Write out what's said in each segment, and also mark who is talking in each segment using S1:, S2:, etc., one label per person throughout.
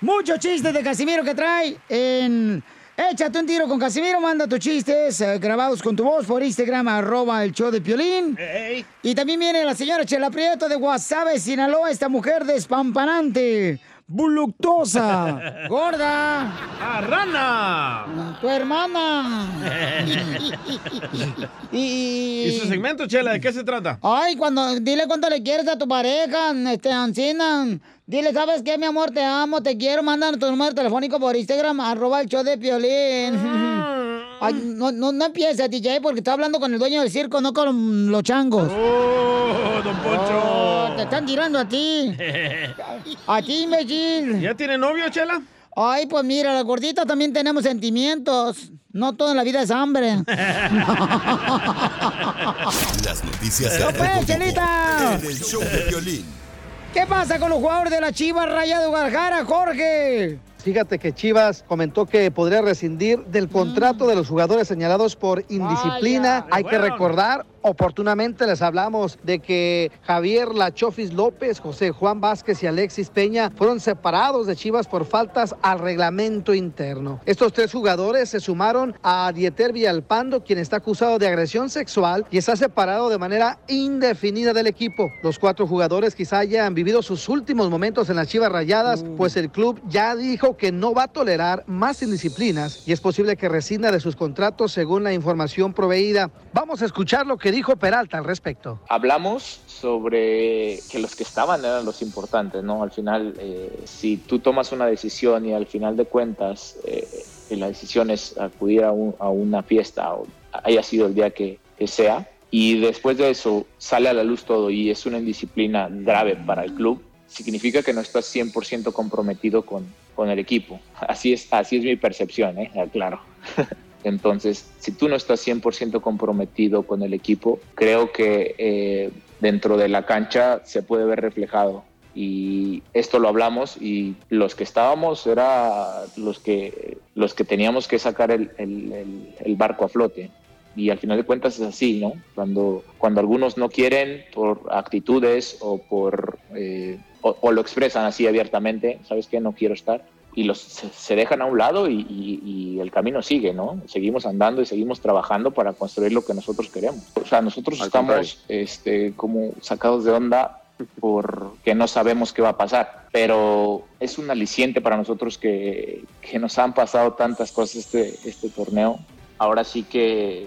S1: muchos chistes de Casimiro que trae en... Échate un tiro con Casimiro, manda tus chistes eh, grabados con tu voz por Instagram, arroba el show de Piolín.
S2: Ey.
S1: Y también viene la señora Chela Prieto de Guasave, Sinaloa, esta mujer despampanante, voluptuosa, gorda,
S2: ¡Arrana!
S1: tu hermana. Y...
S2: ¿Y su segmento, Chela? ¿De qué se trata?
S1: Ay, cuando dile cuánto le quieres a tu pareja, este Ancina. Dile, ¿sabes qué, mi amor? Te amo, te quiero. Mandan tu número telefónico por Instagram, arroba el show de Piolín.
S2: Mm.
S1: Ay, no, no, no empieces, DJ, porque está hablando con el dueño del circo, no con los changos.
S2: ¡Oh, don
S1: Oh, te
S2: Poncho!
S1: están tirando a ti, a ti, imbécil.
S2: ¿Ya tiene novio, Chela?
S1: Ay, pues mira, las gorditas también tenemos sentimientos. No todo en la vida es hambre.
S3: Las noticias de
S1: ¡No, pues,
S3: rojo vivo
S1: Chelita!
S3: en el show de violín.
S1: ¿Qué pasa con los jugadores de la Chivas Rayado de Guadalajara, Jorge?
S4: Fíjate que Chivas comentó que podría rescindir
S1: Mm.
S4: del contrato de los jugadores señalados por indisciplina.
S2: Vaya.
S4: Hay que
S2: Bueno.
S4: recordar, oportunamente les hablamos de que Javier Lachofis López, José Juan Vázquez y Alexis Peña fueron separados de Chivas por faltas al reglamento interno. Estos tres jugadores se sumaron a Dieter Villalpando, quien está acusado de agresión sexual y está separado de manera indefinida del equipo. Los cuatro jugadores quizá hayan vivido sus últimos momentos en las Chivas Rayadas, pues el club ya dijo que no va a tolerar más indisciplinas y es posible que rescinda de sus contratos según la información proveída. Vamos a escuchar lo que dijo Peralta al respecto.
S5: hablamos sobre que los que estaban eran los importantes, ¿no? Al final, eh, si tú tomas una decisión y al final de cuentas eh, y la decisión es acudir a, un- a una fiesta, o haya sido el día que, que sea, y después de eso sale a la luz todo y es una indisciplina grave para el club, significa que no estás 100% comprometido con, con el equipo. Así es, así es mi percepción, ¿eh? Claro. Entonces, si tú no estás 100% comprometido con el equipo, creo que eh, dentro de la cancha se puede ver reflejado. Y esto lo hablamos y los que estábamos era los que, los que teníamos que sacar el, el- el- el barco a flote. Y al final de cuentas es así, ¿no? Cuando, cuando algunos no quieren por actitudes o por... eh, o, o lo expresan así abiertamente, ¿sabes qué? No quiero estar y los se, se dejan a un lado y, y- y el camino sigue, ¿no? Seguimos andando y seguimos trabajando para construir lo que nosotros queremos. O sea, nosotros
S6: Al contrario.
S5: estamos este, como sacados de onda porque no sabemos qué va a pasar, pero es un aliciente para nosotros que, que nos han pasado tantas cosas este, este torneo. Ahora sí que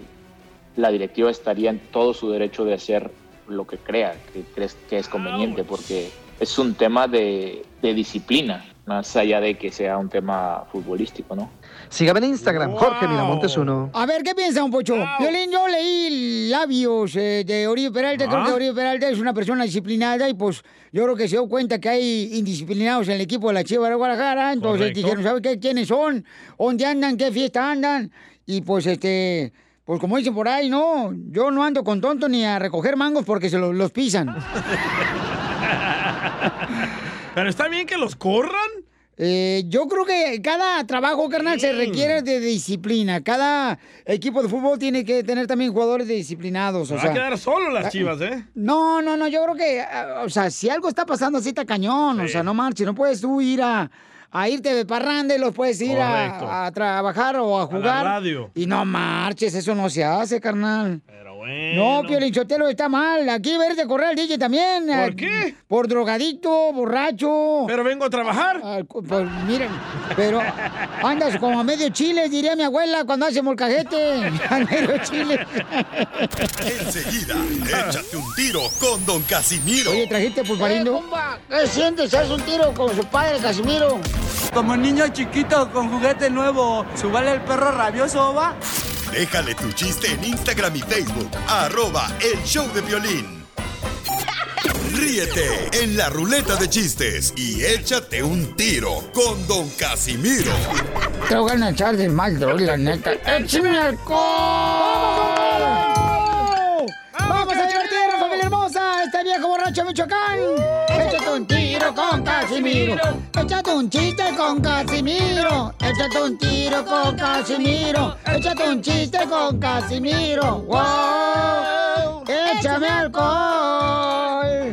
S5: la directiva estaría en todo su derecho de hacer lo que crea, que crees que es conveniente, porque es un tema de, de disciplina, más allá de que sea un tema futbolístico, ¿no?
S4: Sígame en Instagram, Jorge
S2: Wow.
S4: Miramontes uno.
S1: A ver, ¿qué piensa un pocho?
S2: Wow.
S1: Violín, yo leí labios eh, de Oribe Peralta. Creo
S2: Ah.
S1: que Oribe Peralta es una persona disciplinada y pues yo creo que se dio cuenta que hay indisciplinados en el equipo de la Chiva de Guadalajara. Entonces
S2: Correcto.
S1: dijeron, ¿sabes qué? ¿Quiénes son? ¿Dónde andan? ¿Qué fiesta andan? Y pues este... Pues como dicen por ahí, no, yo no ando con tonto ni a recoger mangos porque se lo- los pisan.
S2: ¿Pero está bien que los corran?
S1: Eh, yo creo que cada trabajo, carnal, se requiere de disciplina. Cada equipo de fútbol tiene que tener también jugadores disciplinados.
S2: Se
S1: Pues, O
S2: va a
S1: sea, ah,
S2: quedar solo las chivas, ¿eh?
S1: no, no, no, yo creo que, ah, o sea, si algo está pasando así está cañón, o
S2: Sí.
S1: sea, no marches, no puedes tú ir a, a irte de parranda y los puedes ir
S2: Correcto.
S1: a, a trabajar o a
S2: la
S1: jugar.
S2: radio.
S1: Y no marches, eso no se hace, carnal.
S2: Pero bueno.
S1: No, Piolinchotelo está mal. Aquí verte correr al DJ también.
S2: ¿Por
S1: Ah,
S2: qué?
S1: Por drogadicto, borracho.
S2: Pero vengo a trabajar.
S1: Ah, cu- pues miren, pero andas como a medio chile, diría mi abuela cuando hace molcajete. A medio chile.
S3: Enseguida, échate un tiro con Don Casimiro.
S1: Oye, trajiste
S7: Eh,
S1: pulparindo.
S7: compa,
S1: ¿Qué sientes? ¿Haz un tiro con su padre, Casimiro?
S8: Como niño chiquito con juguete nuevo, subale el perro rabioso, va.
S3: Déjale tu chiste en Instagram y Facebook. Arroba el show de violín. Ríete en la ruleta de chistes y échate un tiro con Don Casimiro.
S1: Tengo ganas de echar de mal, droga, la neta. ¡Échame alcohol! ¡Vamos a divertirnos, familia hermosa! ¡Este viejo borracho de Michoacán! ¡Échate un tiro con Casimiro! ¡Échate un chiste con Casimiro! ¡Échate un tiro con Casimiro! ¡Échate un chiste con Casimiro! ¡Wow! ¡Échame alcohol!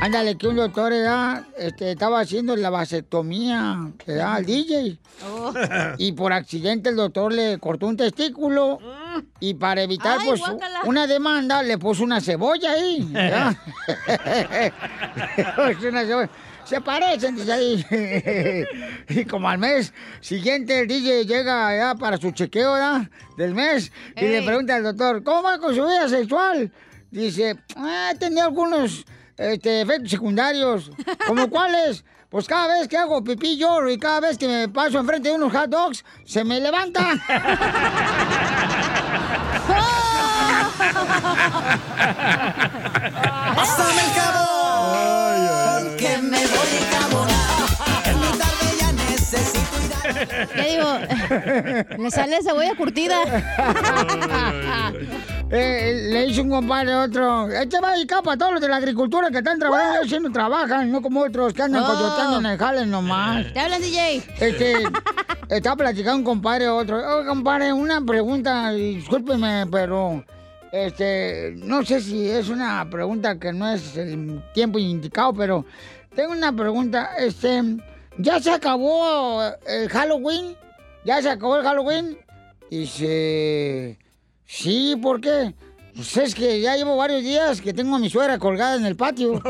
S1: Ándale, que un doctor ¿verdad? este, estaba haciendo la vasectomía ¿verdad? al DJ. Y por accidente el doctor le cortó un testículo. Y para evitar
S6: Mm. Ay,
S1: pues,
S6: guácala.
S1: una demanda, le puso una cebolla ahí. ¿verdad? Es una cebolla. Se parecen, dice ahí. y como al mes siguiente el DJ llega ¿verdad? para su chequeo ¿verdad? del mes y le
S6: Ey.
S1: pregunta al doctor, ¿cómo va con su vida sexual? Dice, ah, tenía algunos este, efectos secundarios. ¿Como cuáles? Pues cada vez que hago pipí lloro y cada vez que me paso enfrente de unos hot dogs, se me levanta.
S6: Pásame el cabo. Que me voy de cabo. Es muy tarde, ya necesito
S7: Ya digo, le sale cebolla curtida.
S1: Eh, le hizo un compadre a otro. Este va a dedicar para todos los de la agricultura que están trabajando, ellos sí no trabajan, no como otros que andan
S7: Oh.
S1: coyoteando en el jale nomás.
S7: ¿Te hablan, DJ?
S1: Este, estaba platicando un compadre a otro. Oye, compadre, una pregunta, discúlpeme, pero este, no sé si es una pregunta que no es el tiempo indicado, pero tengo una pregunta. Este, ¿ya se acabó el Halloween? ¿Ya se acabó el Halloween? Dice, sí, ¿por qué? Pues es que ya llevo varios días que tengo a mi suegra colgada en el patio.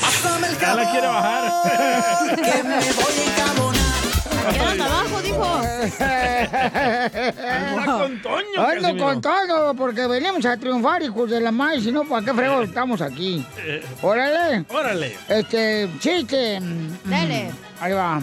S6: Pásame el
S2: Ya
S6: cabo.
S2: la quiere bajar.
S6: Que me voy a encabonar.
S7: Quedan abajo, dijo.
S2: Anda con Toño,
S1: Ando
S2: Casimiro.
S1: con todo, porque venimos a triunfar, hijos de la madre, si no, ¿para qué fregos estamos aquí? Órale.
S2: Eh. Órale.
S1: Este, chiste.
S7: Dale.
S1: Ahí va.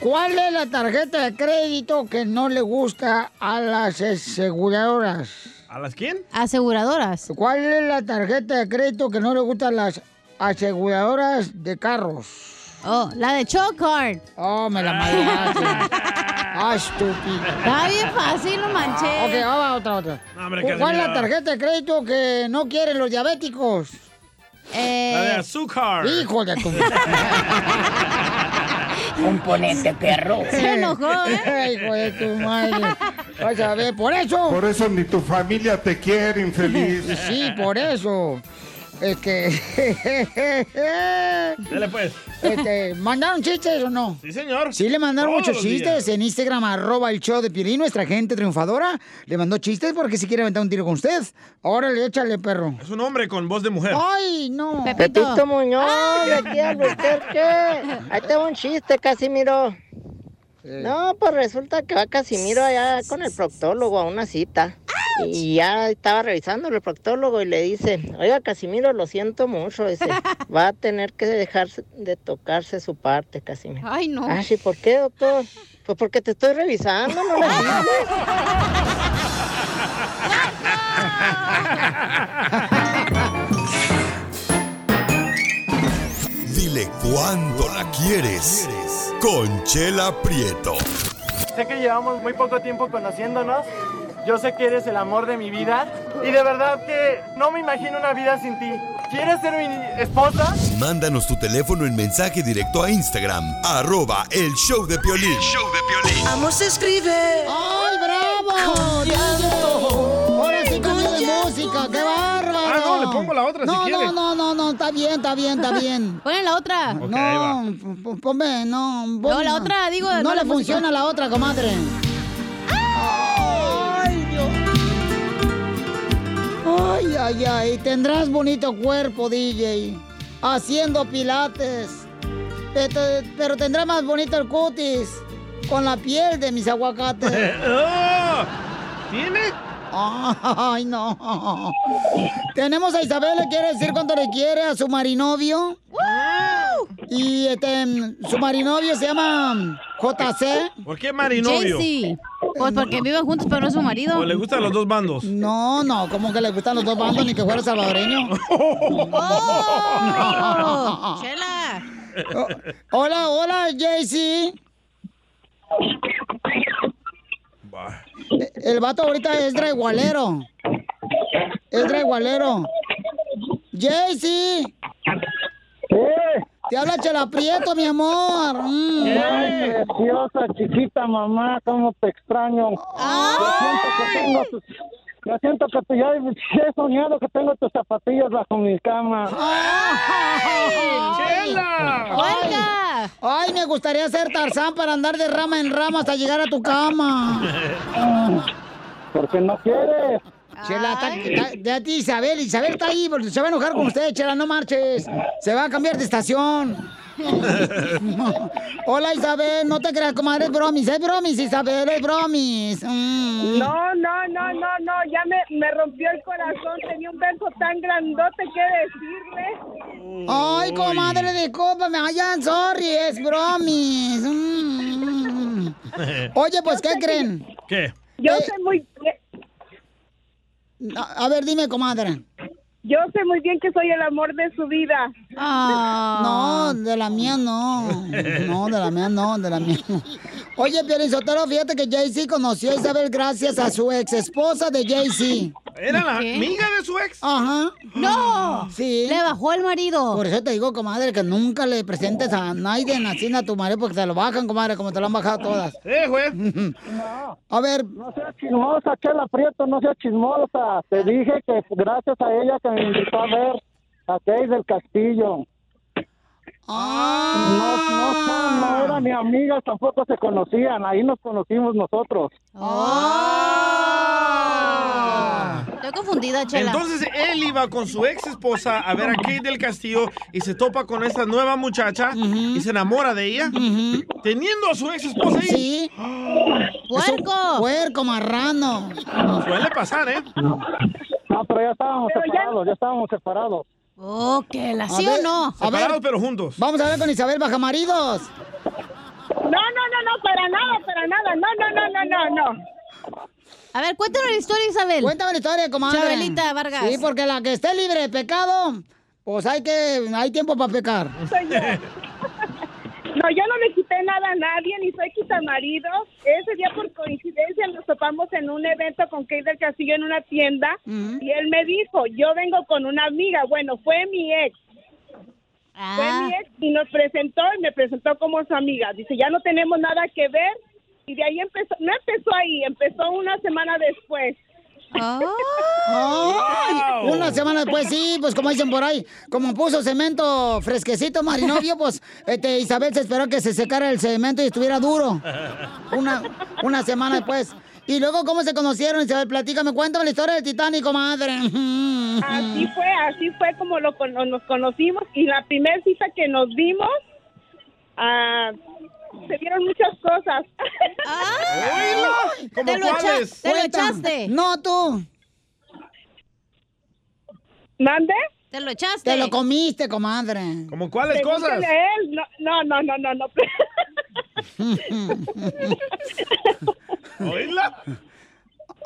S1: ¿Cuál es la tarjeta de crédito que no le gusta a las aseguradoras?
S2: ¿A las quién?
S7: Aseguradoras.
S1: ¿Cuál es la tarjeta de crédito que no le gusta a las aseguradoras de carros?
S7: Oh, la de Chocard.
S1: Oh, me la mandaste. Ah, estúpido.
S7: Está bien fácil, lo manché.
S1: Ah, ok, ah, va, otra, otra.
S2: No, hombre,
S1: ¿Cuál es
S2: Casimiro.
S1: la tarjeta de crédito que no quieren los diabéticos?
S2: La de
S7: Eh,
S2: azúcar.
S1: Hijo de tu...
S9: Componente perro.
S7: se enojó, ¿eh?
S1: Hijo de tu madre. Vas a ver, por eso.
S10: Por eso ni tu familia te quiere,
S1: Y
S10: infeliz.
S1: sí, por eso. Este.
S2: Dale pues.
S1: este, ¿Mandaron chistes o no?
S2: Sí, señor.
S1: Sí, le mandaron
S2: Todos
S1: muchos
S2: los
S1: chistes
S2: días.
S1: en Instagram, arroba el show de Piolín. Nuestra gente triunfadora le mandó chistes porque si quiere aventar un tiro con usted. Órale, échale, perro.
S2: Es un hombre con voz de mujer.
S1: ¡Ay, no!
S9: Pepito Muñoz, de aquí al Albuquerque. Ahí tengo un chiste, Casimiro. No, pues resulta que va Casimiro allá con el proctólogo a una cita. Y ya estaba revisando el proctólogo y le dice, oiga Casimiro, lo siento mucho, dice, va a tener que dejar de tocarse su parte, Casimiro.
S7: Ay, no.
S9: Ah, sí, ¿por qué, doctor? Pues porque te estoy revisando, no me digas.
S3: Dile cuándo la quieres. Conchela Prieto.
S11: Sé que llevamos muy poco tiempo conociéndonos. Yo sé que eres el amor de mi vida. Y de verdad que no me imagino una vida sin ti. ¿Quieres ser mi esposa?
S3: Mándanos tu teléfono en mensaje directo a Instagram, arroba el show de Piolín.
S6: Amor se escribe.
S1: ¡Ay, bravo! DJ. Ahora sí cambió de música, qué bárbaro.
S2: Ah, no, le pongo la otra si
S1: no,
S2: quiere.
S1: No, no, no, no, está bien, está bien, está bien.
S7: Ponen la otra.
S2: Ok, ahí va.
S1: no, p- p- ponme, no.
S7: No,
S1: ponme
S7: la
S1: una-
S7: otra, digo,
S1: No,
S7: no
S1: le
S7: la música.
S1: funciona la otra, comadre. ¡Ay, Dios! Ay, ay, ay, tendrás bonito cuerpo, DJ, haciendo pilates, Pe- te- pero tendrás más bonito el cutis, con la piel de mis aguacates.
S2: Eh, ¡oh! ¿Tiene?
S1: Ay, no. Tenemos a Isabel, le quiere decir cuánto le quiere a su marinovio. Y este, su marinovio se llama JC.
S2: ¿Por qué marinovio?
S7: Jaycee. Pues porque viven juntos, pero no es su marido.
S2: ¿O Pues le gustan los dos bandos?
S1: No, no, como que le gustan los dos bandos ni que fuera salvadoreño.
S7: ¡Oh! ¡Chela!
S1: Oh, hola, hola, JC.
S2: Bah.
S1: El vato ahorita es draigualero. Es draigualero. JC. Te habla Chela Prieto, mi amor. Mm.
S12: Ay, preciosa, chiquita mamá, cómo te extraño. Yo siento que tengo tus... Yo siento que te- ya he soñado que tengo tus zapatillas bajo mi cama.
S1: ¡Chela! ¡Oiga! Ay, me gustaría ser Tarzán para andar de rama en rama hasta llegar a tu cama.
S12: Porque no quieres.
S1: Chela, está- está- ya ti Isabel, Isabel está ahí, porque se va a enojar con usted, Chela, no marches. Se va a cambiar de estación. Hola Isabel, no te creas, comadre, es bromis, es bromis, Isabel, es bromis. Mm.
S13: No, no, no, no, no, ya me, me rompió el corazón, tenía un beso tan grandote que decirle.
S1: Ay, comadre, discúlpame, ay, I'm sorry, es bromis. Mm. Oye, pues, ¿qué creen?
S2: ¿Qué?
S13: Yo sé muy
S1: Eh, A a ver, dime, comadre.
S13: Yo sé muy bien que soy el amor de su vida.
S1: Ah, No, de la mía no. No, de la mía no, de la mía no. Oye, Piolín Sotelo, fíjate que Jay-Z conoció a Isabel gracias a su ex esposa de Jay-Z.
S2: ¿Era la ¿Qué? amiga de su ex?
S1: Ajá. ¡No! Sí. Le bajó el marido. Por eso te digo, comadre, que nunca le presentes a Naiden así a tu marido porque te lo bajan, comadre, como te lo han bajado todas.
S2: Eh, güey.
S1: A ver.
S12: No seas chismosa, Chela Prieto, no seas chismosa. Te dije que gracias a ella que me invitó a ver a Key del Castillo.
S1: Ah.
S12: No, no, son- no eran ni amigas, tampoco se conocían. Ahí nos conocimos nosotros.
S7: Estoy confundida, Chela.
S2: Entonces él iba con su ex esposa a ver a Kate del Castillo y se topa con esta nueva muchacha y se enamora de ella, teniendo a su ex esposa ahí.
S1: Sí. ¡Puerco! ¡Puerco, marrano!
S2: Suele pasar, ¿eh?
S12: No, pero ya estábamos separados, ya... estábamos separados.
S1: Oh, que
S12: la- ¿sí o no? Separados,
S2: pero juntos.
S1: Vamos a ver con Isabel Bajamaridos.
S13: No, no, no, no, para nada, para nada. No, no, no, no, no, no.
S1: A ver, cuéntanos la historia, Isabel. Cuéntame la historia, comadre.
S7: Chabelita Vargas.
S1: Sí, porque la que esté libre de pecado, pues hay que hay tiempo para pecar.
S13: No, yo no le quité nada a nadie, ni soy quitamarido. Ese día, por coincidencia, nos topamos en un evento con Kate del Castillo en una tienda. Y él me dijo, yo vengo con una amiga. Bueno, fue mi ex. Fue mi ex y nos presentó y me presentó como su amiga. Dice, ya no tenemos nada que ver. Y de ahí empezó, no empezó ahí, empezó una semana después.
S1: Ay, Una semana después, sí, pues como dicen por ahí, como puso cemento fresquecito marinovio, pues este, Isabel se esperó que se secara el cemento y estuviera duro. Una, una semana después. Y luego, ¿cómo se conocieron, Isabel? Platícame, cuéntame la historia del Titánico, madre.
S13: Así fue, así fue como lo cono- nos conocimos y la primera cita que nos vimos ah, se vieron muchas cosas.
S2: ¿Cómo Ah, Te lo echa- cuáles? te lo echaste.
S1: No, tú.
S13: ¿Mande?
S7: Te lo echaste.
S1: Te lo comiste, comadre.
S2: ¿Cómo cuáles
S13: Pregúntele
S2: cosas?
S13: a él. No, no, no, no, no. no.
S2: ¿Oírla?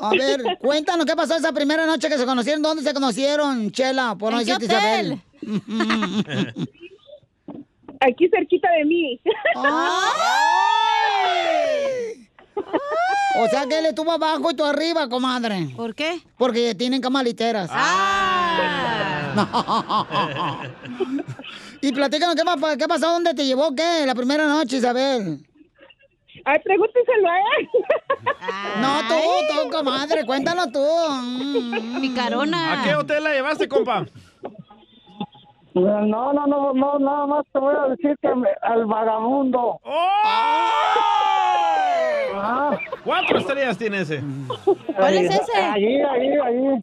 S1: A ver, cuéntanos qué pasó esa primera noche que se conocieron. ¿Dónde se conocieron, Chela? Por no
S13: ¿En qué
S1: decirte Isabel.
S13: Aquí cerquita de mí.
S1: O sea que él estuvo abajo y tú arriba, comadre. ¿Por qué? Ah. Porque tienen camaliteras. y platícanos, ¿qué, pa- ¿qué pasó? ¿Dónde te llevó? ¿Qué? La primera noche, Isabel.
S13: Ay, pregúnteselo a él.
S1: No, tú, tú, comadre, cuéntalo tú.
S2: ¿A qué hotel la llevaste, compa?
S12: No, no, no, no, no, nada más te voy a decir que me- al vagabundo.
S2: ¡Oh! Cuatro estrellas tiene ese.
S12: ¿Cuál es ese? Ahí, ahí, ahí.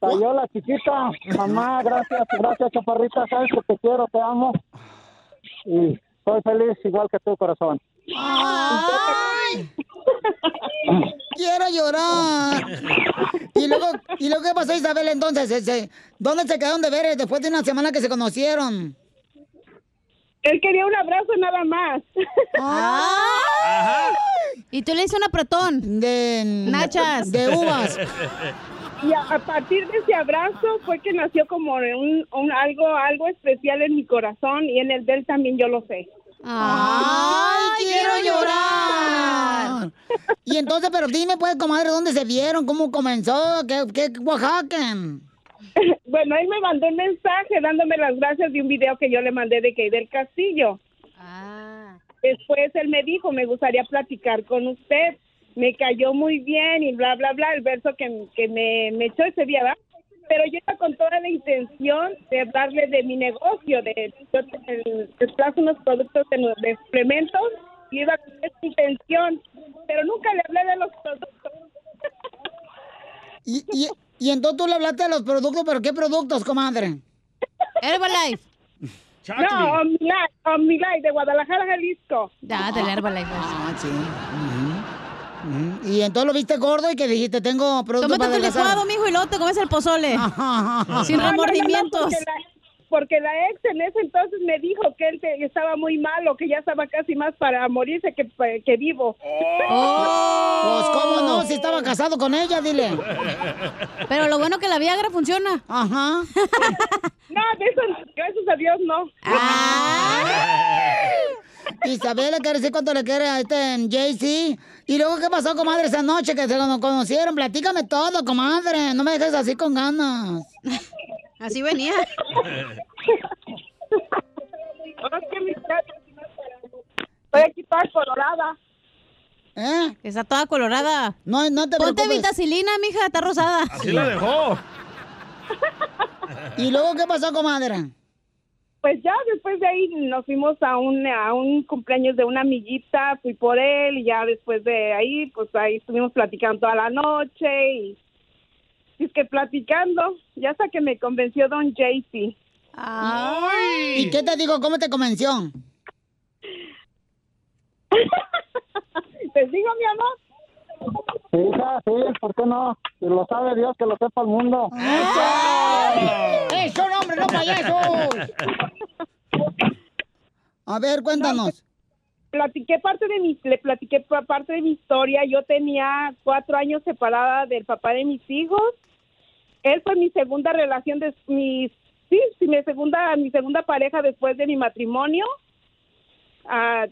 S12: Salió la chiquita. Mamá, gracias, gracias, chaparrita. Sabes que te quiero, te amo. Y soy feliz igual que tu corazón.
S1: ¡Ay! Quiero llorar. ¿Y luego, ¿Y luego qué pasó, Isabel, entonces? Ese, ¿Dónde se quedaron de ver después de una semana que se conocieron?
S13: Él quería un abrazo nada más.
S7: Y tú le hice un apretón.
S1: De
S7: nachas.
S1: de uvas.
S13: Y a, a partir de ese abrazo fue que nació como un, un algo algo especial en mi corazón y en el de él también yo lo sé.
S1: ¡Ay, quiero llorar! Y entonces, pero dime, pues, comadre, ¿dónde se vieron? ¿Cómo comenzó? ¿Qué, qué Oaxaca?
S13: bueno, él me mandó un mensaje dándome las gracias de un video que yo le mandé de Kay del Castillo. Después él me dijo, me gustaría platicar con usted. Me cayó muy bien y bla, bla, bla, el verso que, que me, me echó ese día, ¿verdad? Pero yo iba con toda la intención de hablarle de mi negocio, de yo te- desplazo unos productos de, de suplementos y iba con esa intención, pero nunca le hablé de los productos.
S1: Y, y, y entonces tú le hablaste de los productos, pero ¿qué productos, comadre? Herbalife.
S13: No, Omnilife, Omnilife de Guadalajara, Jalisco.
S7: Ah, del Herbalife.
S1: Ah, sí. Ujú. Ujú. Y entonces lo viste gordo y que dijiste, tengo productos para
S14: Tómate tu
S1: adelgazar.
S14: licuado, mijo, y luego te comes el pozole. Sin
S13: Ah, No, no, no, no,
S14: remordimientos.
S13: porque, la, porque la ex en ese entonces me dijo que él te- estaba muy malo, que ya estaba casi más para morirse que, que vivo.
S7: Oh.
S1: Pues cómo no, si estaba casado con ella, dile.
S14: Pero lo bueno que la Viagra funciona.
S1: Ajá.
S13: No, de eso, gracias a Dios, no.
S7: Ah.
S1: Isabela quiere decir cuánto le quiere a este Jay-Z. ¿Y luego qué pasó, comadre, esa noche que se lo conocieron? Platícame todo, comadre. No me dejes así con ganas.
S14: Así venía.
S13: Estoy aquí toda colorada.
S1: ¿Eh?
S14: Está toda colorada.
S1: No, no te
S14: Ponte
S1: preocupes.
S14: vitacilina, mija, está rosada.
S1: Así la dejó. ¿Y luego qué pasó, comadre?
S13: Pues ya después de ahí nos fuimos a un, a un cumpleaños de una amiguita, fui por él y ya después de ahí, pues ahí estuvimos platicando toda la noche y, y es que platicando, ya hasta que me convenció don Jaycee.
S1: Ah. ¿Y qué te digo? ¿Cómo te convenció?
S13: ¿Te digo, mi amor?
S12: Sí, hija, sí, ¿por qué no? Si lo sabe Dios, que lo sepa el mundo.
S1: ¡Eso, no, hombre, Ah, no payasos! A ver, cuéntanos.
S13: platiqué parte de mi, le platiqué pa- parte de mi historia. Yo tenía cuatro años separada del papá de mis hijos. Él fue mi segunda relación, de, mi, sí, sí, mi segunda, mi segunda pareja después de mi matrimonio. Ah,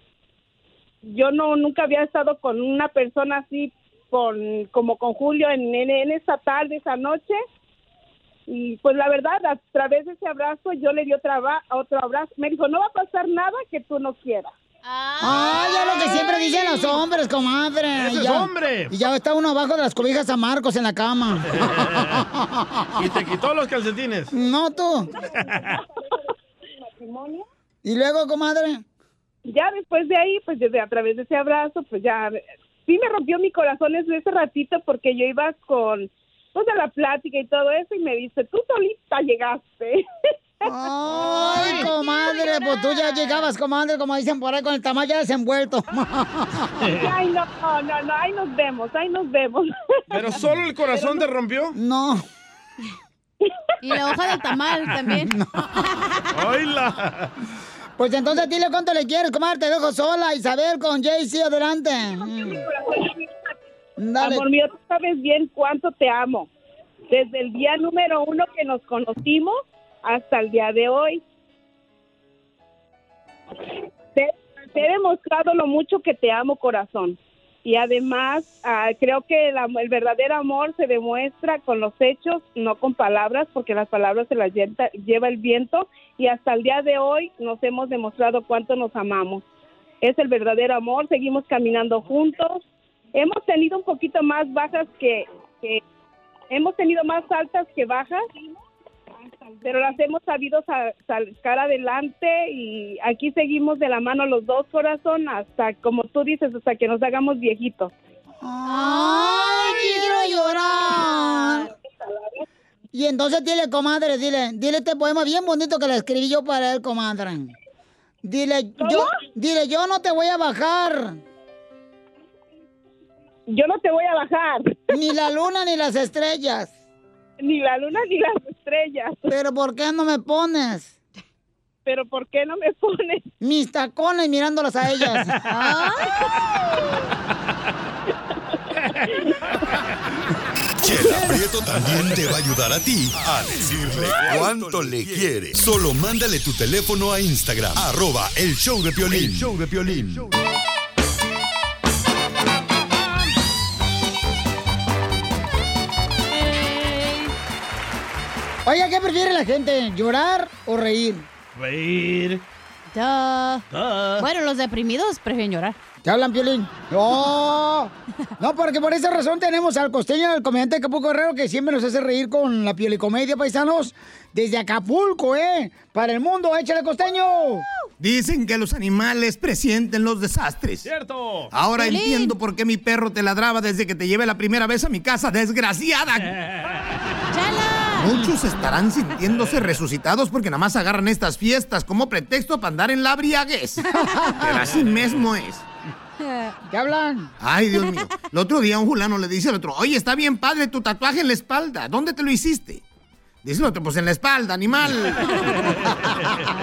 S13: yo no nunca había estado con una persona así, con como con Julio en, en- en esa tarde, esa noche. Y pues la verdad, a través de ese abrazo, yo le di otra, va- otro abrazo. Me dijo, no va a pasar nada que tú no quieras.
S1: ¡Ay, Ah, ya lo que siempre dicen los hombres, comadre!
S2: ¡Ese
S1: Y
S2: es
S1: ya-
S2: hombre!
S1: Y ya está uno abajo de las cobijas a Marcos en la cama.
S2: y te quitó los calcetines.
S1: no tú.
S13: matrimonio.
S1: ¿Y luego, comadre?
S13: Ya después de ahí, pues desde a través de ese abrazo, pues ya sí me rompió mi corazón ese, ese ratito porque yo iba con pues a la plática y todo eso y me dice, tú solita llegaste.
S1: Ay, comadre, pues tú ya llegabas, comadre, como dicen por ahí, con el tamaño ya desenvuelto.
S13: Ay, no, no, no, no, ahí nos vemos, ahí nos vemos.
S2: ¿Pero solo el corazón te rompió?
S1: No.
S14: Y la hoja del tamal también.
S2: ¡Hola!
S1: Pues entonces dile cuánto le quieres, comadre, te dejo sola, Isabel, con Jay-Z, adelante. Dale.
S13: Amor mío, tú sabes bien cuánto te amo. Desde el día número uno que nos conocimos hasta el día de hoy. Te, te he demostrado lo mucho que te amo, corazón. Y además, ah, creo que el, am- el verdadero amor se demuestra con los hechos, no con palabras, porque las palabras se las lleva, lleva el viento. Y hasta el día de hoy nos hemos demostrado cuánto nos amamos. Es el verdadero amor, seguimos caminando juntos hemos tenido un poquito más bajas que, que- hemos tenido más altas que bajas pero las hemos sabido sa- sacar adelante y aquí seguimos de la mano los dos corazón hasta como tú dices hasta que nos hagamos viejitos
S1: ¡Ay, quiero llorar! Y entonces dile, comadre, dile, dile este poema bien bonito que le escribí yo para él, comadre. Dile, yo, dile, yo no te voy a bajar.
S13: Yo no te voy a bajar.
S1: Ni la luna ni las estrellas.
S13: Ni la luna ni las estrellas.
S1: Pero ¿por qué no me pones?
S13: Pero ¿por qué no me pones?
S1: Mis tacones mirándolas a ellas.
S3: Chela Prieto también te va a ayudar a ti a decirle cuánto le quiere. Solo mándale tu teléfono a Instagram, arroba el show de Piolín. show de Piolín.
S1: Oiga, ¿qué prefiere la gente? ¿Llorar o reír?
S2: Reír.
S7: Duh.
S2: Duh.
S7: Bueno, los deprimidos prefieren llorar.
S1: ¿Te hablan, Piolín? ¡No! No, porque por esa razón tenemos al costeño, al comediante de Acapulco Guerrero, que siempre nos hace reír con la piolicomedia, paisanos, desde Acapulco, ¿eh? Para el mundo, échale costeño.
S14: Dicen que los animales presienten los desastres.
S2: ¡Cierto!
S14: Ahora
S2: Piolín.
S14: entiendo por qué mi perro te ladraba desde que te llevé la primera vez a mi casa, desgraciada. Muchos estarán sintiéndose resucitados porque nada más agarran estas fiestas como pretexto para andar en la briaguez. Pero así mismo es.
S1: ¿Qué hablan?
S14: Ay, Dios mío. El otro día un fulano le dice al otro, oye, está bien padre tu tatuaje en la espalda. ¿Dónde te lo hiciste? Dice el otro, pues en la espalda, animal.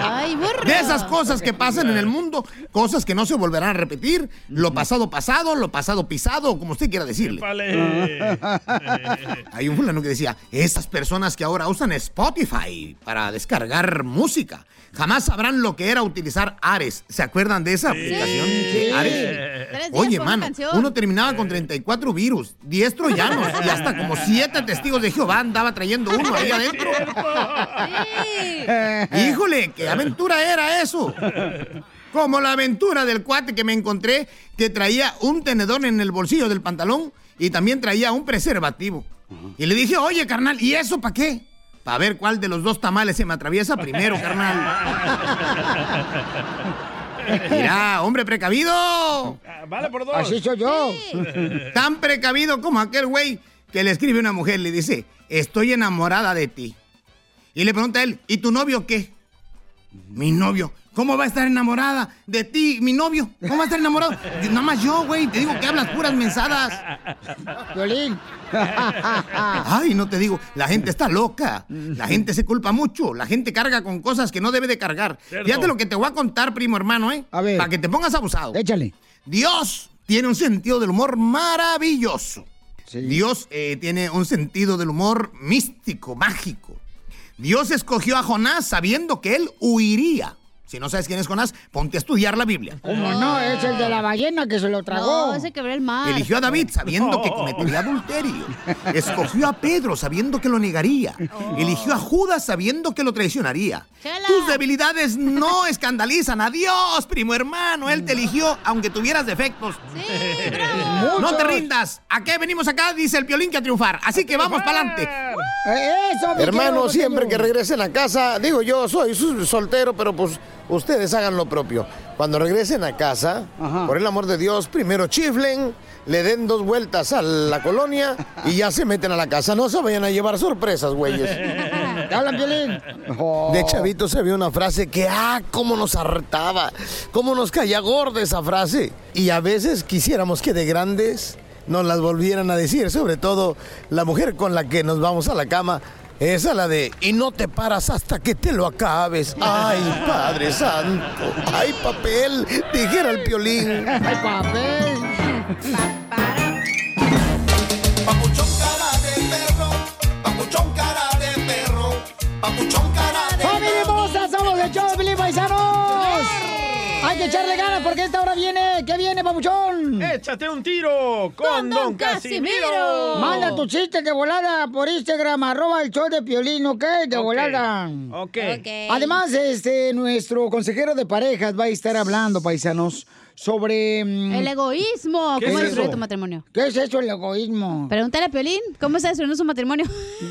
S7: Ay, burro.
S14: De esas cosas que pasan en el mundo, cosas que no se volverán a repetir, lo pasado pasado, lo pasado pisado, como usted quiera decirle.
S2: Épale.
S14: Hay un fulano que decía, esas personas que ahora usan Spotify para descargar música, jamás sabrán lo que era utilizar Ares. ¿Se acuerdan de esa aplicación?
S7: Sí.
S14: Ares.
S7: Tres días por
S14: Oye,
S7: una
S14: mano,
S7: canción.
S14: uno terminaba con 34 virus, 10 troyanos y hasta como 7 testigos de Jehová andaba trayendo uno ahí adentro. Híjole, qué aventura era eso. Como la aventura del cuate que me encontré que traía un tenedor en el bolsillo del pantalón y también traía un preservativo. Y le dije, oye, carnal, ¿y eso para qué? Para ver cuál de los dos tamales se me atraviesa primero, carnal. Mirá, hombre precavido.
S2: Vale por dos.
S14: Así soy yo. Tan precavido como aquel güey que le escribe a una mujer, le dice, estoy enamorada de ti. Y le pregunta a él, ¿y tu novio qué? Mi novio. ¿Cómo va a estar enamorada de ti, mi novio? ¿Cómo va a estar enamorado? Yo- Nada más yo, güey. Te digo que hablas puras mensadas.
S1: Violín.
S14: Ay, no te digo. La gente está loca. La gente se culpa mucho. La gente carga con cosas que no debe de cargar.
S6: Cierto.
S14: Fíjate lo que te voy a contar, primo hermano, ¿eh? A ver. Para que te pongas abusado.
S1: Échale.
S14: Dios tiene un sentido del humor maravilloso. Dios eh, tiene un sentido del humor místico, mágico. Dios escogió a Jonás sabiendo que él huiría. Si no sabes quién es Jonás, ponte a estudiar la Biblia.
S1: ¿Cómo no? Es el de la ballena que se lo tragó.
S7: No, ese quebró el mar.
S1: Ah,
S14: Eligió a David sabiendo que cometería adulterio. Escogió a Pedro sabiendo que lo negaría. Eligió a Judas sabiendo que lo traicionaría. Tus debilidades no escandalizan a Dios, primo hermano. Él te eligió aunque tuvieras defectos. No te rindas. ¿A qué venimos acá? Dice el piolín que a triunfar. Así que vamos para adelante.
S15: Hermano, siempre que regresen a casa, digo yo soy su- soltero, pero pues ustedes hagan lo propio. Cuando regresen a casa, por el amor de Dios, primero chiflen, le den dos vueltas a la colonia y ya se meten a la casa. No se vayan a llevar sorpresas, güeyes.
S1: hablan, Piolín?
S15: De chavito se vio una frase que, ah, cómo nos hartaba, cómo nos caía gorda esa frase. Y a veces quisiéramos que de grandes nos las volvieran a decir, sobre todo la mujer con la que nos vamos a la cama. Esa la de, y no te paras hasta que te lo acabes. Ay, Padre Santo. Ay, papel, dijera el piolín.
S1: Ay, papel. ¡Familia hermosa! ¡Somos el show de Pelín Paisanos! Hay que echarle ganas porque esta hora viene. ¿Qué viene, papuchón?
S2: Échate un tiro con Don Casimiro.
S1: Manda tu chiste de volada por Instagram, arroba el show de Piolín, ¿ok? De volada.
S2: Ok. Ok.
S1: Además, este, nuestro consejero de parejas va a estar hablando, paisanos, sobre... mm,
S7: El egoísmo.
S1: ¿Qué
S7: ¿Cómo
S1: es
S7: destruyó
S1: eso?
S7: tu matrimonio?
S1: ¿Qué es eso, el egoísmo?
S7: Pregúntale a Piolín, ¿cómo se destruyó su matrimonio?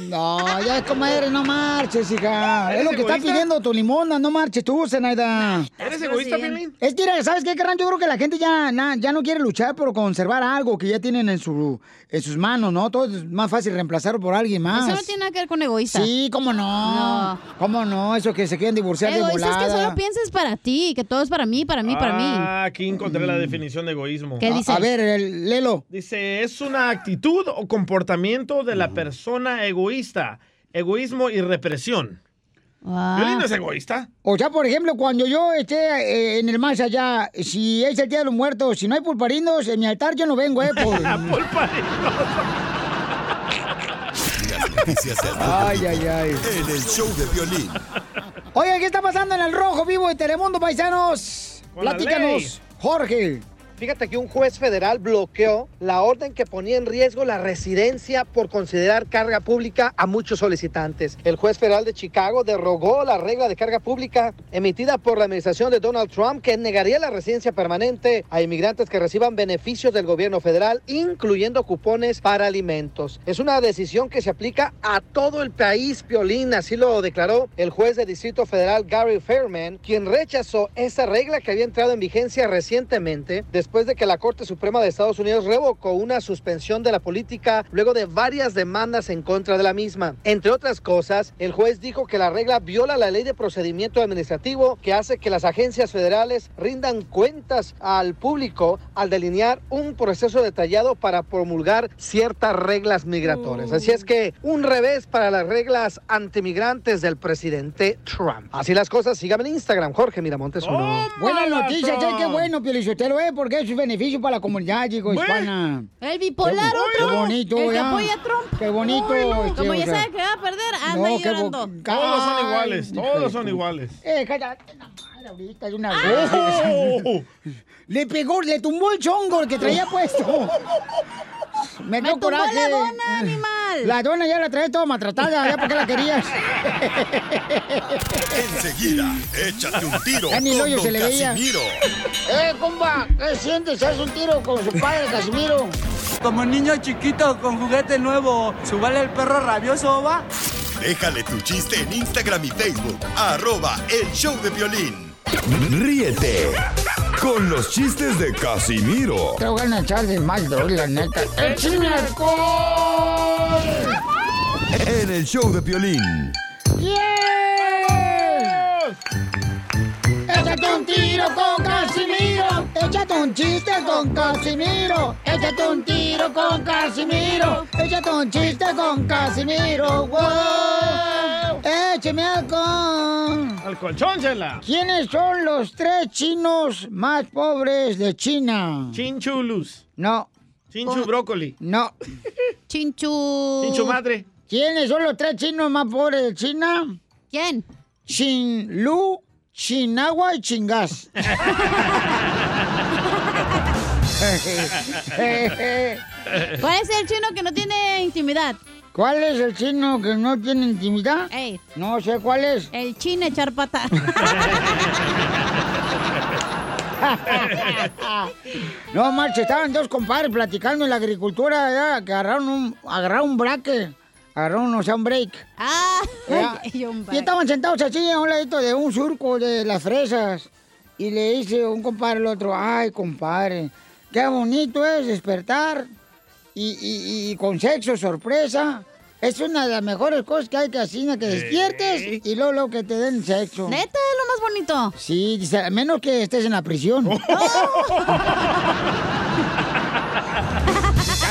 S1: No, ya es comadre, no marches, hija. Es lo que está
S7: egoísta?
S1: pidiendo tu limona, no marches tú, Zenaida.
S2: ¿Eres egoísta, Piolín?
S1: Es que, mira, ¿sabes qué, carnal? Yo creo que la gente ya, na- ya no quiere luchar por conservar algo que ya tienen en, su, en sus manos, ¿no? Todo es más fácil reemplazarlo por alguien más.
S7: Eso no tiene nada que ver con egoísta.
S1: Ah. Sí, cómo no. ¿Cómo no? Eso que se quieren divorciar de
S7: Egoísta es
S1: volada.
S7: que solo pienses para ti, que todo es para mí, para mí, para mí.
S2: Ah, aquí encontré la definición de egoísmo.
S7: ¿Qué dice? Ah, A- a ver,
S1: léelo.
S2: Dice, es una actitud o comportamiento de la persona egoísta. Egoísmo y represión.
S7: Ah.
S2: Violín no es egoísta.
S1: O sea, por ejemplo, cuando yo esté eh, en el más allá, si es el día de los muertos, si no hay pulparinos, en mi altar yo no vengo, ¿eh? Por... Ay, ay, ay.
S3: En el show de violín.
S1: Oiga, ¿qué está pasando en el rojo vivo de Telemundo, paisanos?
S3: Con la
S1: Platícanos,
S3: ley.
S1: Jorge.
S4: Fíjate que un juez federal bloqueó la orden que ponía en riesgo la residencia por considerar carga pública a muchos solicitantes. El juez federal de Chicago derogó la regla de carga pública emitida por la administración de Donald Trump que negaría la residencia permanente a inmigrantes que reciban beneficios del gobierno federal, incluyendo cupones para alimentos. Es una decisión que se aplica a todo el país, Piolín, así lo declaró el juez de Distrito Federal Gary Fairman, quien rechazó esa regla que había entrado en vigencia recientemente después de que la Corte Suprema de Estados Unidos revocó una suspensión de la política luego de varias demandas en contra de la misma. Entre otras cosas, el juez dijo que la regla viola la ley de procedimiento administrativo que hace que las agencias federales rindan cuentas al público al delinear un proceso detallado para promulgar ciertas reglas migratorias. Así es que un revés para las reglas antimigrantes del presidente Trump. Así las cosas, síganme en Instagram, Jorge Miramontes. uno.
S1: Buenas noticias, che, qué bueno, Piolichotelo, ¿eh? Porque es un beneficio para la comunidad, chico, hispana.
S7: El bipolar
S1: Qué
S7: otro.
S1: bonito,
S7: el que
S1: ya.
S7: apoya a Trump.
S1: Qué bonito,
S7: Uy, no,
S1: este,
S7: Como
S1: o
S7: ya
S1: sea.
S7: sabe que va a perder, ah, anda
S1: No, qué
S7: llorando.
S1: bo-
S2: Todos son
S1: Ay,
S2: iguales,
S1: hijo
S2: todos
S1: de
S2: son
S1: tu-
S2: iguales.
S1: Eh, cállate la madre ahorita de una
S2: ¡Oh!
S1: vez. le pegó, le tumbó el chongo que traía puesto. Me dio
S7: tumbó la
S1: coraje.
S7: dona, animal.
S1: La dona ya la trae toda maltratada, ya porque la querías.
S3: Enseguida, échate un tiro
S1: Ya
S3: con
S1: ni el hoyo
S3: Don
S1: se le veía.
S3: Casimiro.
S1: ¡Eh, compa! ¿Qué sientes? ¿Haz un tiro con su padre, Casimiro?
S8: Como niño chiquito con juguete nuevo, ¿subale el perro rabioso, va?
S3: Déjale tu chiste en Instagram y Facebook. Arroba El Show de Violín.
S16: Ríete con los chistes de Casimiro
S1: Tengo ganas de echarle más droga, la neta. ¡Échame alcohol!
S16: en el show de Piolín.
S1: ¡Yeah! Échate un tiro con Casimiro. Échate un chiste con Casimiro. Échate un tiro con Casimiro. Échate un chiste con Casimiro. ¡Wow! ¡Échame alcohol!
S2: Al colchón, chela.
S1: ¿Quiénes son los tres chinos más pobres de China?
S2: Chinchulus.
S1: No.
S2: Chinchu brócoli.
S1: No. Chinchu.
S2: Chinchu madre.
S1: ¿Quiénes son los tres chinos más pobres de China? ¿Quién? Chinlu, Chinagua y Chingas.
S7: ¿Cuál es el chino que no tiene intimidad?
S1: ¿Cuál es el chino que no tiene intimidad? No sé cuál es.
S7: El chino echar pata. Pues-
S1: No, macho, estaban dos compadres platicando en la agricultura, ya, que agarraron un, agarraron un braque, agarraron o sea, un break. Ah,
S7: y un break.
S1: Y estaban sentados así a un ladito de un surco de las fresas. Y le dice un compadre al otro, ay, compadre, qué bonito es despertar y, y- y con sexo sorpresa. Es una de las mejores cosas que hay que hacer, que despiertes y luego, luego que te den sexo. ¿Neta es lo más bonito? Sí, dice, a menos que estés en la prisión. Ah,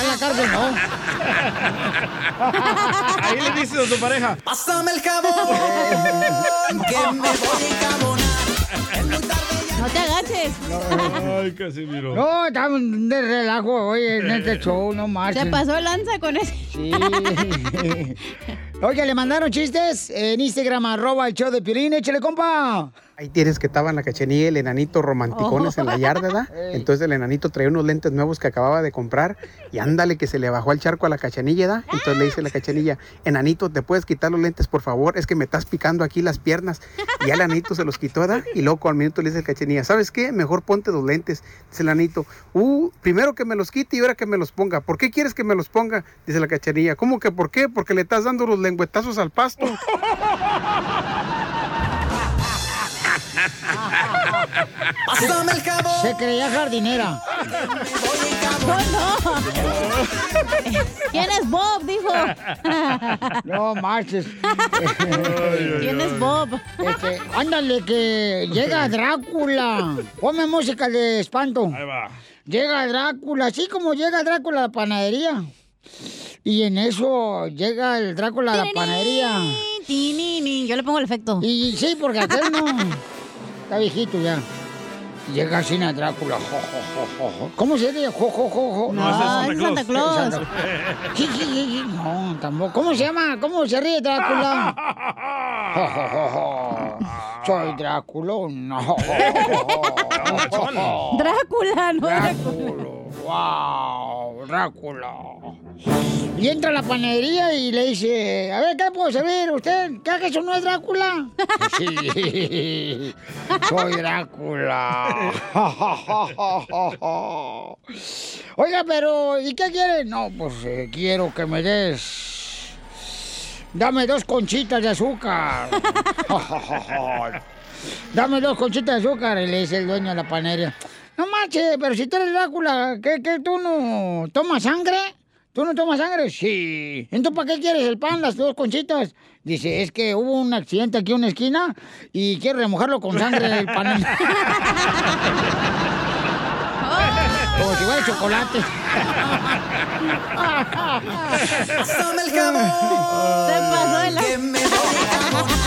S1: en la cárcel no.
S2: Ahí le dices a tu pareja.
S6: Pásame el jabón, que me voy a encabonar.
S7: No te agaches.
S2: Ay, Casimiro.
S1: No, estaban de relajo hoy en este show, no marchen.
S7: Se pasó lanza con ese.
S1: Sí. Oye, le mandaron chistes en Instagram, arroba el show de Piolín, échale compa.
S17: Ahí tienes que estaban la cachanilla y el enanito romanticones en la yarda, ¿verdad?
S1: Ey.
S17: Entonces el enanito traía unos lentes nuevos que acababa de comprar y ándale que se le bajó al charco a la cachanilla, ¿verdad? Entonces le dice la cachanilla, enanito, ¿te puedes quitar los lentes, por favor? Es que me estás picando aquí las piernas. Y ya el enanito se los quitó, ¿verdad? Y luego al minuto le dice la cachanilla, ¿sabes qué? Mejor ponte los lentes. Dice el enanito, uh, primero que me los quite y ahora que me los ponga. ¿Por qué quieres que me los ponga? Dice la cachanilla, ¿cómo que por qué? Porque le estás dando los lengüetazos al pasto.
S6: Pásame el jabón.
S1: Se creía jardinera.
S7: ¿Quién es Bob? Dijo.
S1: No marches.
S7: ¿Quién es Bob?
S1: Este, ándale, que llega Drácula. Ponme música de espanto.
S2: Ahí va.
S1: Llega Drácula, así como llega Drácula a la panadería. Y en eso llega el Drácula a la panadería. Yo le pongo el efecto. Y sí, porque aquel no. Está viejito ya. Llega así a Drácula. jo, jo, jo, jo, jo. ¿Cómo se dice? Jo, jo, jo, jo.
S6: No, ese es Santa Claus.
S1: Sí, sí, sí, sí. No, tampoco. ¿Cómo se llama? ¿Cómo se ríe Drácula? Jo, jo, jo, jo. soy Drácula, no.
S7: Drácula, no
S1: Wow, Drácula. Y entra a la panadería y le dice, a ver, ¿qué puedo servir? ¿Usted cree que eso no es Drácula? Sí, soy Drácula. Oiga, pero, ¿y qué quiere? No, pues eh, quiero que me des... Dame dos conchitas de azúcar. Dame dos conchitas de azúcar, le dice el dueño de la panadería. No manches, pero si tú eres Drácula, ¿qué, qué tú no tomas sangre? ¿Tú no tomas sangre? Sí. ¿Entonces para qué quieres el pan, las dos conchitas? Dice, es que hubo un accidente aquí en una esquina y quiero remojarlo con sangre del pan. Como si fuera chocolate.
S6: Pásame el jabón.
S7: Se pasó de la-
S6: Que me voy a jabón.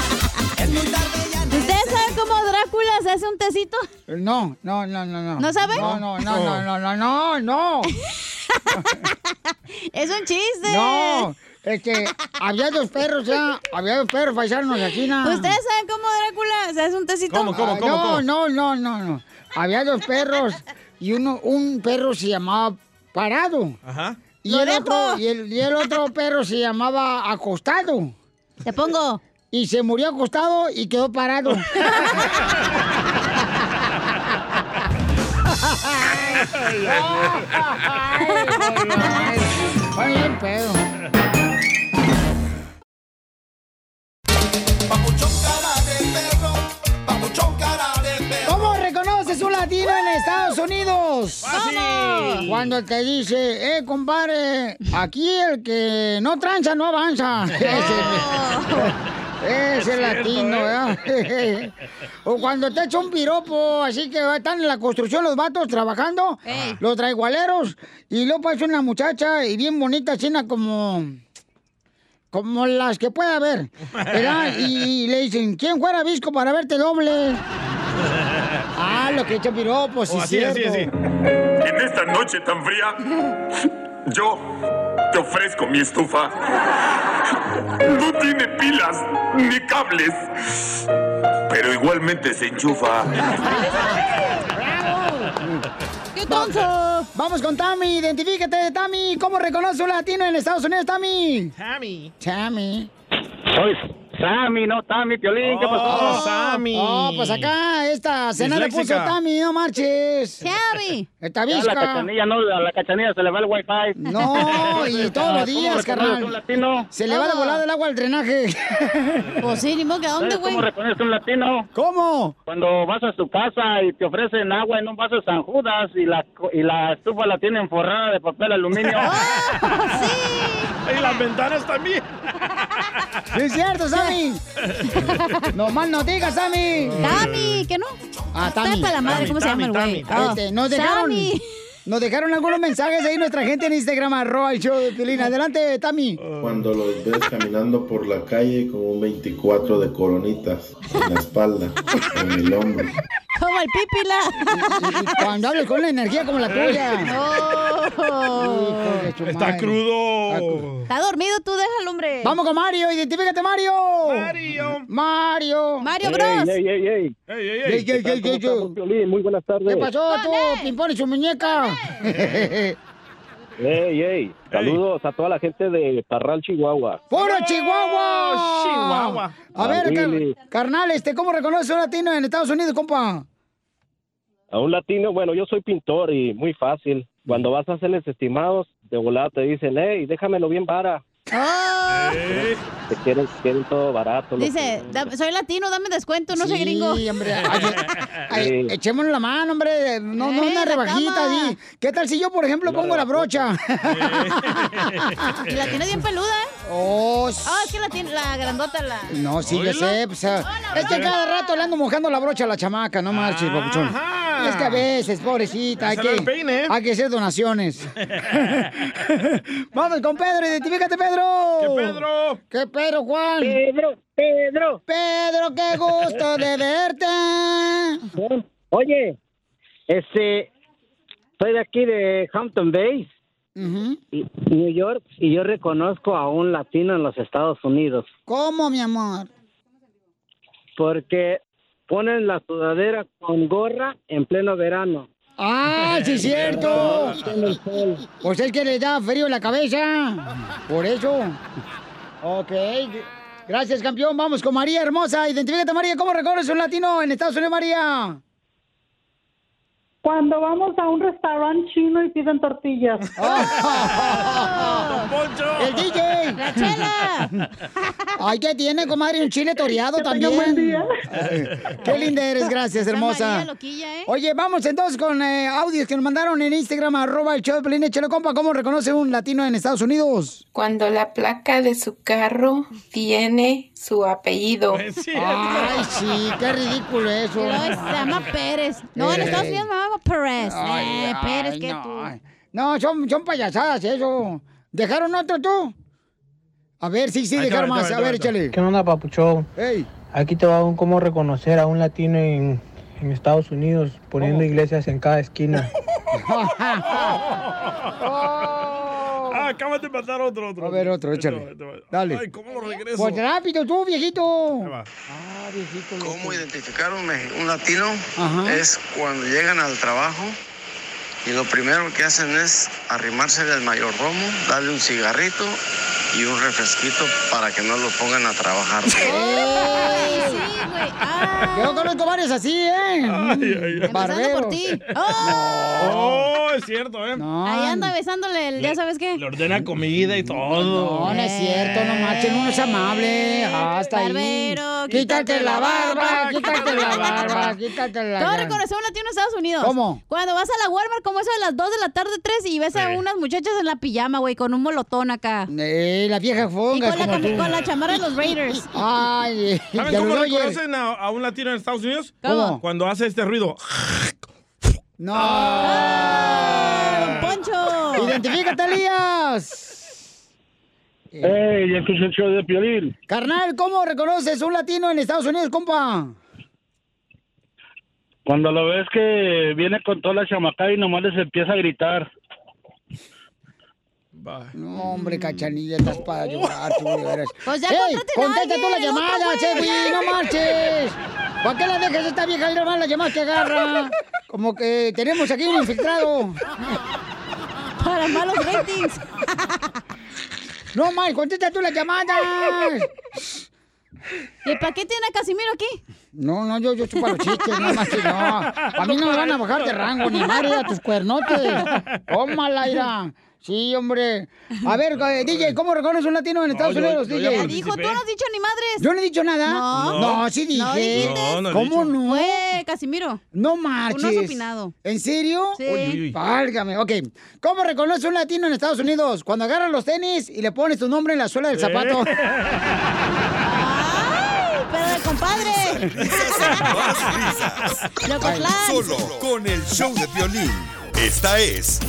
S6: Es muy tarde ya.
S7: ¿Ustedes saben cómo Drácula se hace un tecito?
S1: No, no, no, no, no.
S7: ¿No saben?
S1: No, no, no, no, no, no, no, no.
S7: Es un chiste.
S1: No. Este, había dos perros ya, había dos perros paisanos aquí, ¿no?
S7: ¿Ustedes saben cómo Drácula se hace un tecito?
S1: Ah, no, no, no, no, no. Había dos perros y uno, un perro se llamaba parado. Ajá. Y el, otro, y, el, y el otro perro se llamaba acostado.
S7: Te pongo.
S1: Y se murió acostado y quedó parado. Oye, el pedo. ¿Cómo reconoces un latino en Estados Unidos?
S6: Fácil.
S1: Cuando te dice, eh, compadre, aquí el que no tranza no avanza. Ese, ese
S6: Es
S1: latino,
S6: cierto, ¿eh?
S1: ¿verdad? O cuando te echa un piropo, así que están en la construcción los vatos trabajando,
S6: Ey.
S1: los traigualeros, y luego pasa una muchacha y bien bonita, china como. como las que puede haber, ¿verdad? Y, le dicen, ¿quién fuera visco para verte doble? Ah, lo que echa piropo,
S2: Oh,
S1: sí,
S6: O Oh, así,
S1: cierto.
S6: así, así.
S18: En esta noche tan fría, yo te ofrezco mi estufa. No tiene pilas ni cables, pero igualmente se enchufa.
S1: ¡Qué tonto! Vamos con Tami, identifícate, Tami. ¿Cómo reconoce un latino en Estados Unidos, Tami? Tami. Tami.
S19: Soy Sammy, no Tammy, Piolín, ¿qué pasó?
S1: Oh, pues acá, esta cena le puso
S19: Disléxica.
S1: Tami, no marches. Tami. Esta
S19: Ya la
S1: visca.
S19: cachanilla, no, a la cachanilla se le va el wifi.
S1: No, Oh, y todos los días,
S19: carnal.
S1: carnal. Se le va de volada el agua al drenaje. Pues sí, ni modo que a
S19: ¿Sabes cómo reconoces un latino?
S1: ¿Cómo?
S19: Cuando vas a su casa y te ofrecen agua en un vaso de San Judas y la, co- y la estufa la tienen forrada de papel aluminio.
S1: Ah,
S2: Y las ventanas también.
S1: Sí, es cierto, Sammy. No más no digas, Sammy.
S7: Tami, ¿qué no?
S1: Ah, Tami.
S7: Tapa la madre, ¿cómo se llama el güey? Ah.
S1: Este, nos dejaron.
S7: Sammy.
S1: Nos dejaron algunos mensajes ahí nuestra gente en Instagram, arroba el show de Piolín. Adelante, Tami.
S20: Cuando los ves caminando por la calle con un 24 de coronitas en la espalda, en el hombro.
S1: Como el pipila. Cuando hables con la energía como la tuya.
S2: Está crudo.
S7: Está dormido, tú déjalo, hombre.
S1: Vamos con Mario, identifícate, Mario. Mario. Mario.
S7: Mario
S19: Ey, ey, ey,
S2: ey.
S1: ey. Ey, ey,
S19: ¿Qué tal?
S1: ey,
S19: ¿Cómo
S1: ey,
S19: estás, don Piolín? Muy buenas tardes.
S1: ¿Qué pasó tú, Pimpón y su muñeca?
S19: Ey, ey, saludos a toda la gente de Parral, Chihuahua.
S1: ¡Puro Chihuahua!
S19: Chihuahua.
S1: A ver, car-
S19: Willy.
S1: carnal, este, ¿cómo reconoce un latino en Estados Unidos, compa?
S19: A un latino, bueno, yo soy pintor y muy fácil. Cuando vas a hacerles estimados, de volada te dicen, hey, déjamelo bien vara. Te quieren, quieren todo barato. loco.
S7: Dice, "Da- soy latino, dame descuento, no soy
S1: Sí,
S7: gringo.
S1: hombre, ay, Ay,
S19: Sí.
S1: echémonos la mano, hombre. No, no
S7: Eh, la
S1: una rebajita,
S7: cama.
S1: di. ¿Qué tal si yo, por ejemplo, pongo la brocha?
S7: Y la tienes bien peluda, ¿eh?
S1: Oh,
S7: es que la tiene la grandota, la...
S1: No, sí, ya sé. pues, o sea, es que cada rato le ando mojando la brocha a la chamaca, no marches, papuchón. Es que a veces, pobrecita, hay
S6: Pásala
S1: que,
S6: al peine, ¿eh?
S1: hay que hacer donaciones. Vamos con Pedro, identifícate, Pedro. ¿Qué Pedro? ¿Qué Pedro, Juan? Pedro, Pedro. Pedro, qué gusto de verte.
S19: Oye, este, soy de aquí de Hampton Bays, y- New York, y yo reconozco a un latino en los Estados Unidos,
S1: ¿Cómo, mi amor?
S19: porque
S5: ponen la sudadera con gorra en pleno verano.
S1: ¡Ah, sí es cierto! Pues es que le da frío en la cabeza. Por eso. Ok. Gracias, campeón. Vamos con María Hermosa. Identifícate, María. ¿Cómo recorres un latino en Estados Unidos, María?
S21: Cuando vamos a un restaurante chino y piden tortillas.
S1: Ah.
S2: Oh,
S1: ¡El DJ! ¡La chela! Ay, ¿qué tiene, comadre? Un chile toreado
S21: Que tenga
S1: también.
S21: un buen día.
S1: Qué linda eres, gracias, hermosa.
S7: ¿eh?
S1: Oye, vamos entonces con eh, audios que nos mandaron en Instagram, arroba el show de Pelín, échale, compa, ¿cómo reconoce un latino en Estados Unidos?
S22: Cuando la placa de su carro tiene su apellido.
S1: Ay, sí, qué ridículo eso.
S7: Y luego se llama Pérez. No, en
S1: Ey.
S7: Estados Unidos me llama Pérez.
S1: Ay,
S7: eh,
S1: ay,
S7: Pérez, que
S1: no.
S7: tú.
S1: No, son, son payasadas eso. ¿Dejaron otro tú? A ver, sí, sí, dejaron más. A ver, échale.
S23: ¿Qué onda, papuchón? Aquí te va un cómo reconocer a un latino en, en Estados Unidos poniendo iglesias en cada esquina.
S2: Oh. Ah, acabas de matar otro, otro.
S1: A ver, otro, échale. Dale.
S2: Ay, ¿cómo lo regreso?
S1: Pues rápido tú, viejito.
S15: Ah, ¿Cómo identificar un, me- un latino? Es cuando llegan al trabajo y lo primero que hacen es arrimarse del mayordomo, darle un cigarrito y un refresquito para que no lo pongan a trabajar.
S1: Ay, sí, güey. Yo conozco varios así, ¿eh?
S7: Empezando por ti. ¡Oh!
S2: Oh, es cierto, ¿eh?
S7: Ahí anda besándole, el, ya sabes qué.
S2: Le ordena comida y todo.
S1: No, no
S7: Eh.
S1: es cierto, no marchen, uno es amable. Hasta ahí. Quítate la barba, quítate la barba, quítate la
S7: ¿Cómo
S1: gran-
S7: reconocer a un latino en Estados Unidos?
S1: ¿Cómo?
S7: Cuando vas a la Walmart, como eso de las 2 de la tarde, 3, y ves a
S1: Sí.
S7: unas muchachas en la pijama, güey, con un molotón acá.
S1: Eh, la vieja
S7: Y
S1: fonga.
S7: con la, cami- con la chamarra de los Raiders.
S1: Ay, eh,
S2: ¿Saben cómo reconocen a, a un latino en Estados Unidos?
S1: ¿Cómo?
S2: Cuando hace este ruido.
S1: No.
S7: Poncho.
S1: Identifícate, Elías.
S24: ¡Ey! Este es el show de Piolín.
S1: Carnal, ¿cómo reconoces un latino en Estados Unidos, compa?
S24: Cuando lo ves que viene con toda la chamacada y nomás les empieza a gritar.
S1: No, hombre, cachanilla, estás para llorar, tú, de veras.
S6: Pues ya
S1: Ey,
S6: contraten a
S1: contesta tú la
S6: alguien,
S1: llamada,
S6: otro, güey.
S1: Chefi, no marches. ¿Para qué la dejas a esta vieja ir a la llamada que agarra? Como que tenemos aquí un infiltrado.
S7: Para malos ratings.
S1: No, mal, contesta tú las llamadas.
S7: ¿Y para qué tiene a Casimiro aquí?
S1: No, no, yo, yo chupo los chistes, no más que no. A mí no me van a bajar de rango, ni madre a tus cuernotes. Tómala, Ira. Sí, hombre. A ver, eh, DJ, ¿cómo reconoces un latino en Estados
S7: yo-
S1: Unidos,
S7: yo ya
S1: DJ?
S7: participé. Dijo, tú no has dicho ni madres.
S1: ¿Yo no he dicho nada?
S7: No.
S1: No, sí dije.
S7: No dijiste.
S1: No, no he ¿Cómo dicho. no?
S7: Fue Casimiro.
S1: No marches.
S7: Tú no has opinado.
S1: ¿En serio?
S7: Sí. Uy, uy.
S1: Válgame. Ok. ¿Cómo reconoce un latino en Estados Unidos? Cuando agarra los tenis y le pones tu nombre en la suela del zapato.
S2: Eh.
S7: ¡Ay, pero de compadre!
S3: Solo con el show de violín. Esta es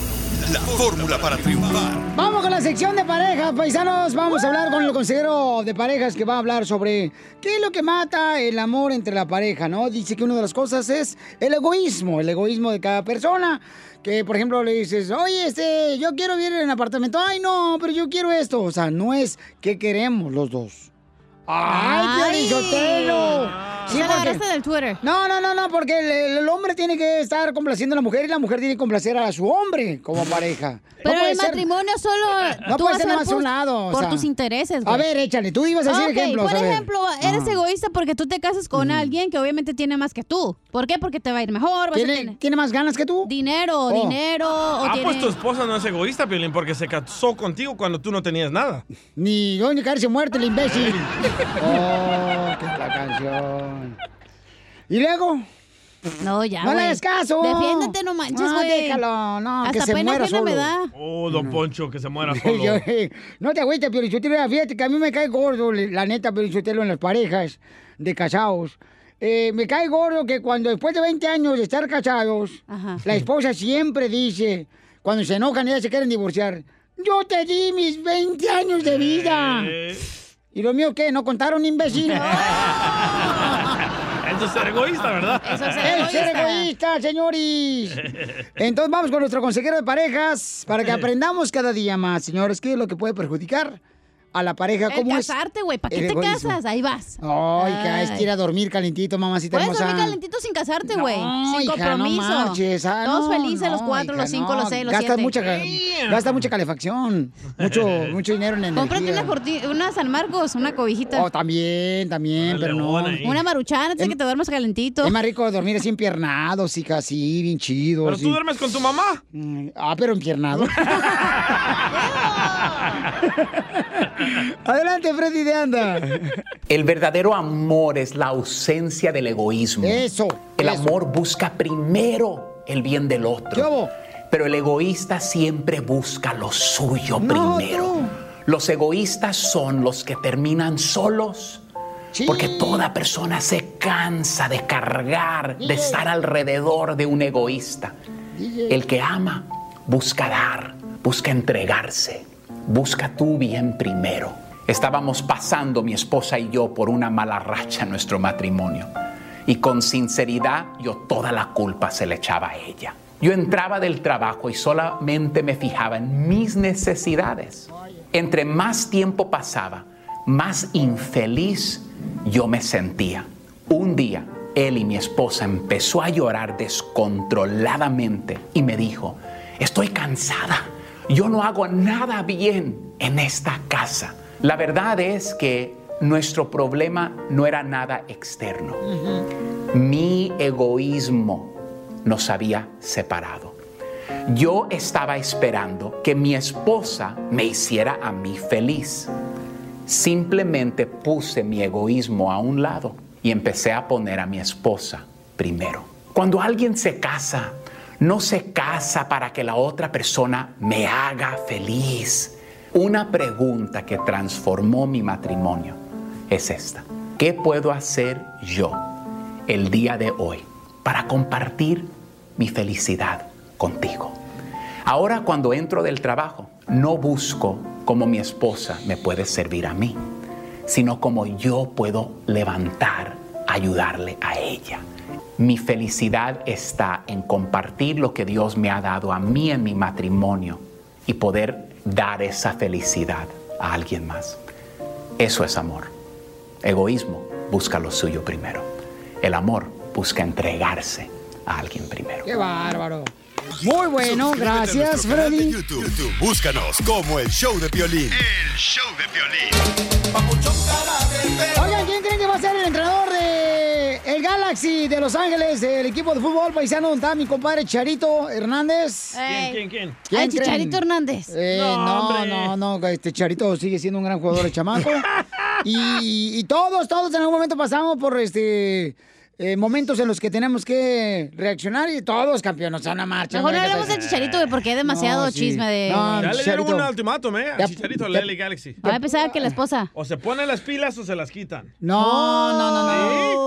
S3: la fórmula para triunfar.
S1: Vamos con la sección de parejas, paisanos. Vamos a hablar con el consejero de parejas que va a hablar sobre qué es lo que mata el amor entre la pareja, ¿no? Dice que una de las cosas es el egoísmo, el egoísmo de cada persona. Que, por ejemplo, le dices, oye, este, yo quiero vivir en apartamento. Ay, no, pero yo quiero esto. O sea, no es que queremos los dos. ¡Ay,
S7: Ay.
S1: Piolichotelo!
S7: Ya la agarraste del Twitter.
S1: No, no, no, no, porque el, el hombre tiene que estar complaciendo a la mujer y la mujer tiene que complacer a su hombre como pareja. No
S7: Pero
S1: puede
S7: el
S1: ser-
S7: matrimonio solo
S1: No
S7: tú
S1: puede
S7: vas
S1: ser
S7: a ver
S1: nomás
S7: por,
S1: un lado, o
S7: por
S1: sea.
S7: tus intereses, güey.
S1: A ver, échale, tú ibas a decir
S7: Ah, ok.
S1: ejemplos.
S7: Por
S1: a ver. Ah. Mm.
S7: ejemplo, eres
S1: Ajá.
S7: egoísta porque tú te casas con alguien que obviamente tiene más que tú. ¿Por qué? Porque te va a ir mejor. Vas
S1: ¿Tiene-
S7: a tener...
S1: más ganas que tú?
S7: Dinero,
S2: Oh.
S7: dinero. o
S2: ah,
S7: tiene-
S2: pues tu esposa no es egoísta, Piolín, porque se casó contigo cuando tú no tenías nada.
S1: Ni yo ni caerse muerto, el imbécil. oh, qué la canción. ¿Y luego?
S7: No, ya.
S1: No le
S7: güey.
S1: hagas caso.
S7: Defiéndete, no manches,
S1: No,
S7: güey.
S1: déjalo, no,
S7: Hasta
S1: que se
S7: pena,
S1: muera
S7: pena me
S1: solo.
S7: da.
S2: Oh, don Poncho, que se muera
S1: Yo- eh,
S2: solo.
S1: no te agüites, Piolichotelo. Fíjate que a mí me cae gordo, le- la neta, Piolichotelo, en las parejas de casados. Eh, me cae gordo que cuando después de 20 años de estar casados, la esposa siempre dice, cuando se enojan, ellas se quieren divorciar, yo te di mis 20 años de vida.
S6: Eh.
S1: ¿Y lo mío qué? ¿No contaron, imbécil?
S2: Eso es ser egoísta, ¿verdad?
S1: ¡El ¡Eh, ser egoísta, señores! Entonces vamos con nuestro consejero de parejas para que aprendamos cada día más, señores, qué es lo que puede perjudicar a la pareja.
S7: El
S1: ¿Cómo es?
S7: casarte, güey. ¿Para qué te
S1: el egoísmo?
S7: casas? Ahí vas.
S1: Ay, ca- es que ir a dormir calentito, mamacita
S7: Puedes
S1: hermosa.
S7: dormir calentito sin casarte, güey. sin
S1: hija, no
S7: compromiso.
S1: marches. Ah,
S7: Todos
S1: no,
S7: felices, los
S1: no,
S7: cuatro,
S1: hija,
S7: los cinco,
S1: no.
S7: los seis, los
S1: Gasta
S7: siete.
S1: Mucha, ca- gasta mucha calefacción, mucho, mucho dinero en energía.
S7: Cómprate una, corti- una San Marcos, una cobijita.
S1: Oh, también, también, pero no.
S7: Una maruchana, antes de que te duermas calentito.
S1: Es más rico dormir así empiernado, sí, casi, bien chido.
S2: ¿Pero
S1: así.
S2: tú duermes con tu mamá?
S1: Mm, Ah, pero empiernado. Adelante, Freddy de Anda.
S9: El verdadero amor es la ausencia del egoísmo.
S1: Eso.
S9: El amor busca primero el bien del otro. Pero el egoísta siempre busca lo suyo primero. Los egoístas son los que terminan solos. Porque toda persona se cansa de cargar, de estar alrededor de un egoísta. El que ama busca dar, busca entregarse, busca tu bien primero. Estábamos pasando mi esposa y yo por una mala racha en nuestro matrimonio y con sinceridad yo toda la culpa se le echaba a ella. Yo entraba del trabajo y solamente me fijaba en mis necesidades. Entre más tiempo pasaba, más infeliz yo me sentía. Un día, él y mi esposa empezó a llorar descontroladamente y me dijo, estoy cansada, yo no hago nada bien en esta casa. La verdad es que nuestro problema no era nada externo. Mi egoísmo nos había separado. Yo estaba esperando que mi esposa me hiciera a mí feliz. Simplemente puse mi egoísmo a un lado y empecé a poner a mi esposa primero. Cuando alguien se casa, no se casa para que la otra persona me haga feliz. Una pregunta que transformó mi matrimonio es esta. ¿Qué puedo hacer yo el día de hoy para compartir mi felicidad contigo? Ahora cuando entro del trabajo, no busco cómo mi esposa me puede servir a mí, sino cómo yo puedo levantar, ayudarle a ella. Mi felicidad está en compartir lo que Dios me ha dado a mí en mi matrimonio y poder dar esa felicidad a alguien más. Eso es amor. Egoísmo busca lo suyo primero. El amor busca entregarse a alguien primero.
S1: Qué bárbaro. Muy bueno,
S3: Suscríbete a
S1: gracias,
S3: nuestro canal de
S1: Freddy.
S3: YouTube. YouTube, Búscanos como el show de violín. El show de violín.
S1: Oigan, ¿quién creen que va a ser el entrenador de el Galaxy de Los Ángeles, del equipo de fútbol paisano? ¿Dónde está mi compadre Charito Hernández?
S2: ¿Quién, quién, quién?
S1: ¿Quién
S7: Ay, Chicharito
S1: creen?
S7: Hernández.
S1: Eh, no, no, no, este Charito sigue siendo un gran jugador, el chamaco. Y, y todos, todos en algún momento pasamos por este eh, momentos en los que tenemos que reaccionar y todos campeones, a una marcha.
S7: Mejor no
S1: hombre,
S7: hablemos
S1: que-
S7: de Chicharito, güey, porque hay demasiado
S1: No, sí.
S7: chisme de...
S1: No,
S2: ya le dieron
S1: Chicharito.
S2: un ultimátum, ¿eh?
S1: Ya-
S2: A Chicharito,
S1: ya-
S2: Lele y Galaxy.
S7: Va a pensaba que la esposa.
S2: O se ponen las pilas o se las quitan.
S1: No, no, no,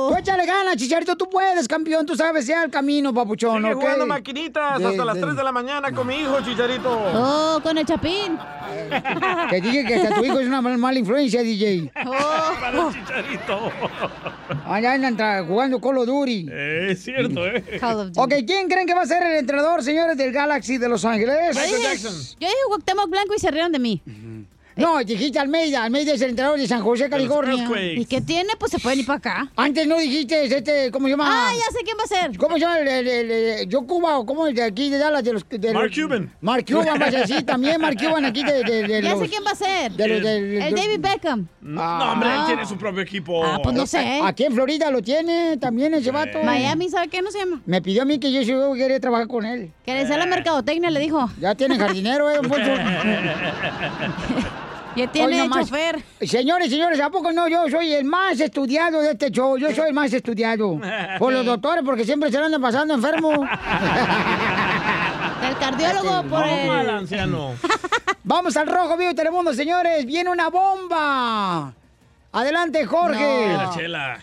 S1: no. Tú échale ganas, Chicharito, tú puedes, campeón, tú sabes ya el camino, papuchón,
S2: Sigue
S1: ¿ok?
S2: jugando maquinitas
S1: De-
S2: hasta las
S1: de-
S2: 3 de la mañana con mi hijo, Chicharito.
S7: Oh, con el chapín.
S1: Que dije que hasta tu hijo es una mal- mala influencia, DJ.
S2: Para
S7: Oh.
S2: el Chicharito.
S1: Allá Ah, andan tra- jugando Call of Duty.
S2: Eh, es cierto, ¿eh?
S1: Ok, ¿quién creen que va a ser el entrenador, señores, del Galaxy de Los Ángeles?
S7: Yo dije- Yo dije Cuauhtémoc Blanco y se rieron de mí.
S1: No, dijiste Almeida. Almeida es el entrenador de San José, California.
S7: ¿Y qué tiene? Pues se pueden ir para acá.
S1: Antes no dijiste, este, ¿cómo se llama?
S7: Ah, ya sé quién va a ser.
S1: ¿Cómo se llama el, el, el- el- yo Cuba o cómo el de aquí de Dallas de los de
S2: Mark
S1: los-
S2: Cuban.
S1: Mark Cuban, vas a decir también Mark Cuban aquí de, de, de
S7: ya
S1: los-
S7: sé quién va a ser.
S1: de los- del-
S7: el David Beckham.
S2: No, hombre, él tiene su propio equipo.
S7: Ah, pues no sé.
S1: ¿eh? Aquí en Florida lo tiene también ese vato.
S7: Eh. Miami, ¿sabe qué no se llama?
S1: Me pidió a mí que yo, yo quería trabajar con él.
S7: Que le sea la mercadotecnia, le dijo.
S1: Ya tiene jardinero, eh, don Poncho.
S7: Ya tiene
S1: Hoy nomás.
S7: chofer.
S1: Señores, señores, ¿a poco no? Yo soy el más estudiado de este show. Yo soy el más estudiado. Por los doctores, porque siempre se lo andan pasando enfermo. Este,
S7: El cardiólogo por
S2: No, mal
S7: el...
S2: anciano.
S1: Vamos al rojo vivo de Telemundo, señores. Viene una bomba. Adelante, Jorge.
S2: La chela.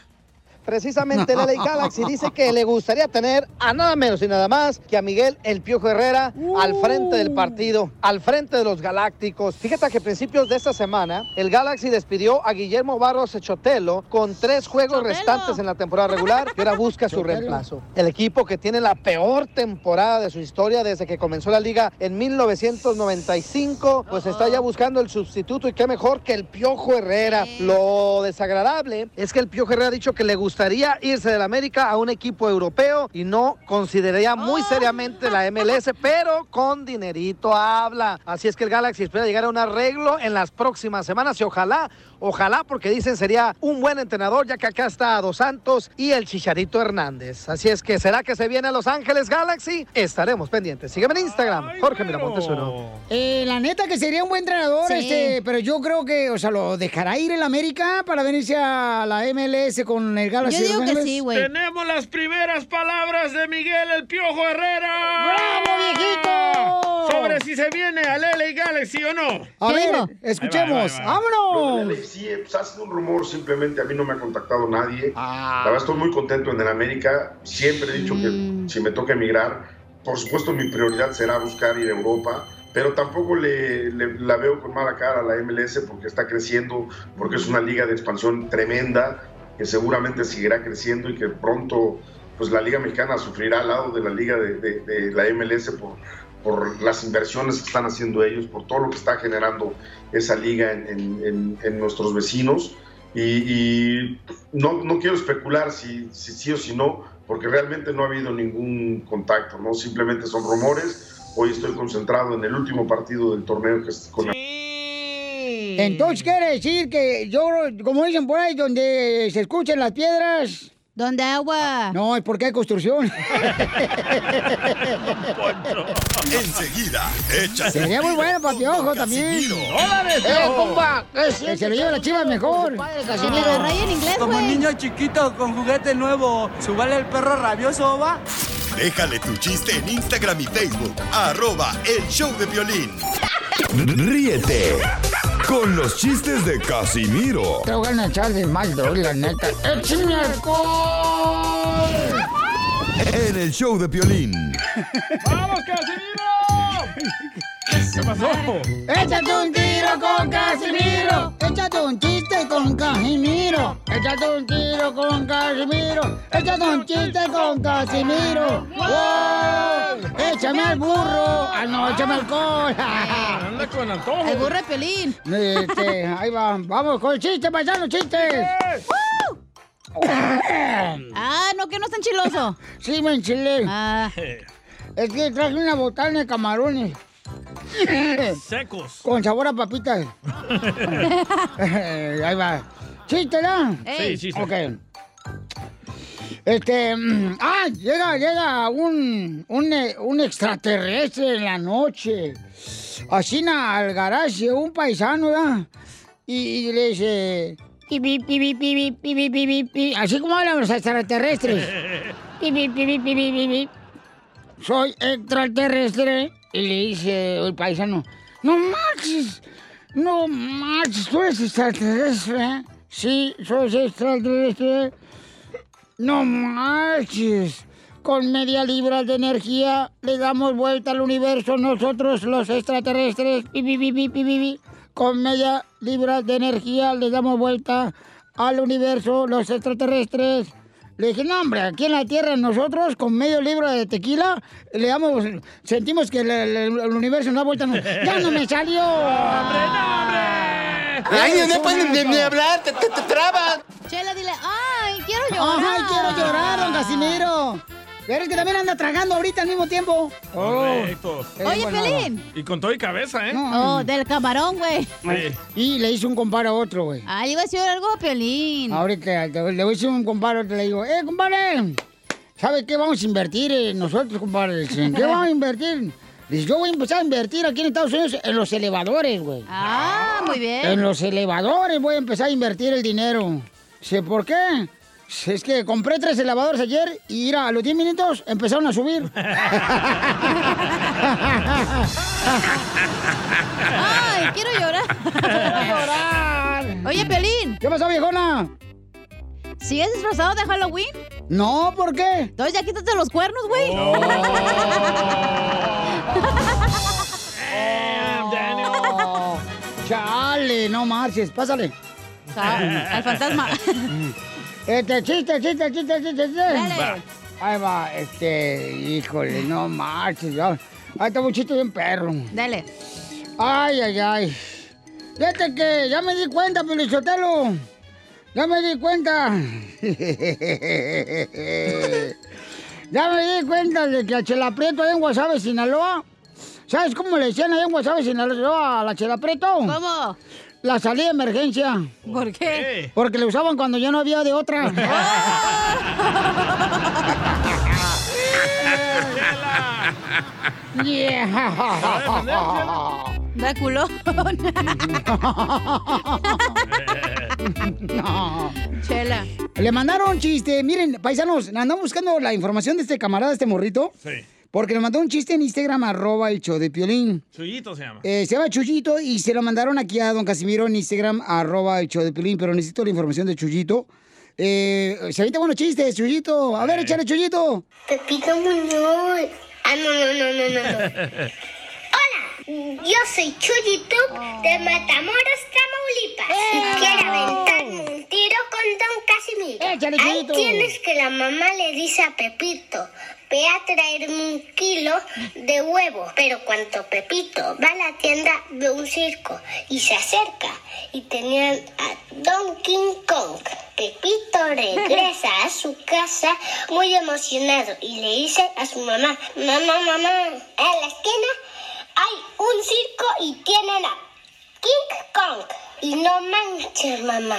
S4: Precisamente la ley Galaxy dice que le gustaría tener a nada menos y nada más que a Miguel El Piojo Herrera
S1: Uh.
S4: al frente del partido, al frente de los Galácticos. Fíjate que a principios de esta semana, el Galaxy despidió a Guillermo Barros Chotelo con tres juegos restantes en la temporada regular y ahora busca su
S10: Chotelo.
S4: reemplazo. El equipo que tiene la peor temporada de su historia desde que comenzó la liga en 1995, pues está ya buscando el sustituto y qué mejor que el Piojo Herrera. Lo desagradable es que el Piojo Herrera ha dicho que le gustaría irse del América a un equipo europeo y no consideraría muy seriamente la MLS, pero con dinerito habla. Así es que el Galaxy espera llegar a un arreglo en las próximas semanas y ojalá, ojalá, porque dicen sería un buen entrenador, ya que acá está Dos Santos y el Chicharito Hernández. Así es que, ¿será que se viene a Los Ángeles Galaxy? Estaremos pendientes. Sígueme en Instagram, Jorge Miramontes uno.
S1: Eh, la neta que sería un buen entrenador,
S4: Sí.
S1: este, pero yo creo que, o sea, lo dejará ir el América para venirse a la MLS con el Galaxy. de Los Ángeles?
S2: Tenemos las primeras palabras de Miguel el Piojo Herrera.
S1: ¡Bravo, viejito!
S2: Sobre si se viene al LA Galaxy o no.
S1: A ver, escuchemos.
S2: ¡Vámonos!
S11: Lo del LAFC, pues, ha sido un rumor, simplemente a mí no me ha contactado nadie. La verdad estoy muy contento en el América. Siempre he dicho que si me toca emigrar, por supuesto mi prioridad será buscar ir a Europa. Pero tampoco le, le- la veo con mala cara a la MLS porque está creciendo, porque es una liga de expansión tremenda, que seguramente seguirá creciendo y que pronto pues la Liga Mexicana sufrirá al lado de la Liga de, de- de la MLS por, por las inversiones que están haciendo ellos, por todo lo que está generando esa liga en, en- en- en nuestros vecinos. Y, y no, no quiero especular si, si sí o si no, porque realmente no ha habido ningún contacto, ¿no? Simplemente son rumores. Hoy estoy concentrado en el último partido del torneo que es con la-
S1: Entonces quiere decir que yo, como dicen por ahí, donde se escuchan las piedras. Donde agua. No, es porque hay construcción.
S3: Enseguida, échate.
S1: Sería muy bueno para Piojo también.
S3: ¡Dólares,
S1: ¡Eh,
S3: Piojo!
S1: compa! Que se lo lleve la chiva mejor.
S8: Como
S1: pues.
S8: niño chiquito con juguete nuevo, subale el perro rabioso, va.
S3: Déjale tu chiste en Instagram y Facebook. Arroba el show de violín.
S16: Ríete con los chistes de Casimiro
S1: Te voy a echar de mal, droga, la neta. Eh, ¡Échame alcohol!
S16: en el show de Piolín.
S2: ¡Vamos, Casimiro! ¿Qué pasó?
S1: Échate un tiro con Casimiro. Échate un chiste con Casimiro. Échate un tiro con Casimiro. Échate un chiste con Casimiro. ¡Wow! Échame al burro. Ah, no, échame alcohol. Anda
S2: con antojo.
S1: El burro de pelín. Este, ahí va. Vamos con el chiste, paisano, chistes. ah, no, que no están chiloso. Ah. Sí, me enchilé. Eh. Es que traje una botana de camarones.
S2: Secos.
S1: Con sabor a papitas. Eh, Ahí va. ¿Chiste, ¿no?
S2: Sí, chiste.
S1: Ok. Este. mm, Ah, llega, llega un, un, eh, un extraterrestre en la noche. Así na- al garaje, un paisano, ¿verdad? Y, y le dice. "Pi, pi, pi, pi, pi, pi, pi, pi, pi, pi, pi". Así como hablan los extraterrestres. Pi, pi, pi, pi, pi, pi, pi, pi. Soy extraterrestre. Y le dice el paisano, no marches, no marches, tú eres extraterrestre. ¿eh?". Sí, soy extraterrestre. No marches. Con media libra de energía le damos vuelta al universo nosotros los extraterrestres. Pi, pi, pi, pi, pi, pi, pi. Con media libra de energía le damos vuelta al universo los extraterrestres. Le dije, no, hombre, aquí en la Tierra nosotros con medio libro de tequila le damos, sentimos que el, el- el universo no da vuelta. no- ¡Ya no me salió! Eh,
S6: Ay, no, no pueden ni- ni
S1: hablar, te, trabas!
S7: Chela, dile, ay, quiero llorar.
S1: ¡Ay, quiero llorar, don Casimiro! Pero es que también anda tragando ahorita al mismo tiempo.
S2: Oh. Correcto.
S1: Eh, Oye, bueno. Pelín.
S2: Y con todo y cabeza, ¿eh?
S7: No, oh, del camarón, güey.
S2: Sí.
S1: Y le hizo un comparo a otro, güey.
S7: Ah, le iba a decir algo a Piolín.
S1: Ahorita te- le voy a hacer un compadre, ahorita le digo, eh, compadre, ¿sabe qué vamos a invertir eh, nosotros, compadre? Dice, ¿En qué vamos a invertir? Dice, yo voy a empezar a invertir aquí en Estados Unidos en los elevadores, güey.
S7: Ah, muy bien.
S1: En los elevadores voy a empezar a invertir el dinero. Dice, ¿por qué? Dice, Es que compré tres elevadores ayer y mira, a los 10 minutos empezaron a subir.
S7: Ay, quiero llorar.
S1: llorar.
S7: Oye, Pelín.
S1: ¿Qué pasó, viejona?
S7: ¿Sigues disfrazado de Halloween?
S1: No, ¿por qué?
S7: Entonces ya quítate los cuernos, güey.
S2: Oh.
S1: Oh. Chale, no marches, pásale.
S6: Ah, Al fantasma.
S1: Este, chiste, chiste, chiste, chiste, chiste.
S6: Dale. Va.
S1: Ahí va, este, híjole, no marches. ya. Ahí está un chiste bien perro.
S7: Dale.
S1: Ay, ay, ay. Fíjate que ya me di cuenta, Pelichotelo. Ya me di cuenta. Eh. ya me di cuenta de que a Chela Prieto ahí en Guasave, Sinaloa. ¿Sabes cómo le decían ahí en Guasave, Sinaloa a la Chela Prieto?
S7: ¿Cómo?
S1: La salida de emergencia.
S7: ¿Por qué?
S1: Porque le usaban cuando ya no había de otra.
S6: Yeah.
S7: Da culón.
S1: No.
S7: Chela.
S1: Le mandaron chiste. Miren, paisanos, andamos buscando la información de este camarada, este morrito.
S2: Sí.
S1: Porque le mandó un chiste en Instagram, arroba el show de Piolín.
S2: Chuyito se llama.
S1: Eh, se llama Chuyito y se lo mandaron aquí a don Casimiro en Instagram, arroba el show de Piolín, pero necesito la información de Chuyito. Eh, se avienta buenos chistes, Chuyito.
S2: Eh.
S1: A ver, échale, Chuyito.
S10: Pepito Muñoz. Ah, no, no, no, no, no. no. Yo soy Chuyito de Matamoros, Tamaulipas. Y quiero aventarme un tiro con Don Casimiro.
S1: Échale,
S10: Ahí
S1: Chuyito.
S10: tienes que la mamá le dice a Pepito, ve a traerme un kilo de huevo. Pero cuando Pepito va a la tienda, ve un circo y se acerca. Y tenían a Don King Kong. Pepito regresa a su casa muy emocionado y le dice a su mamá, mamá, mamá, a la esquina hay un circo y tienen a King Kong. Y no manches, mamá.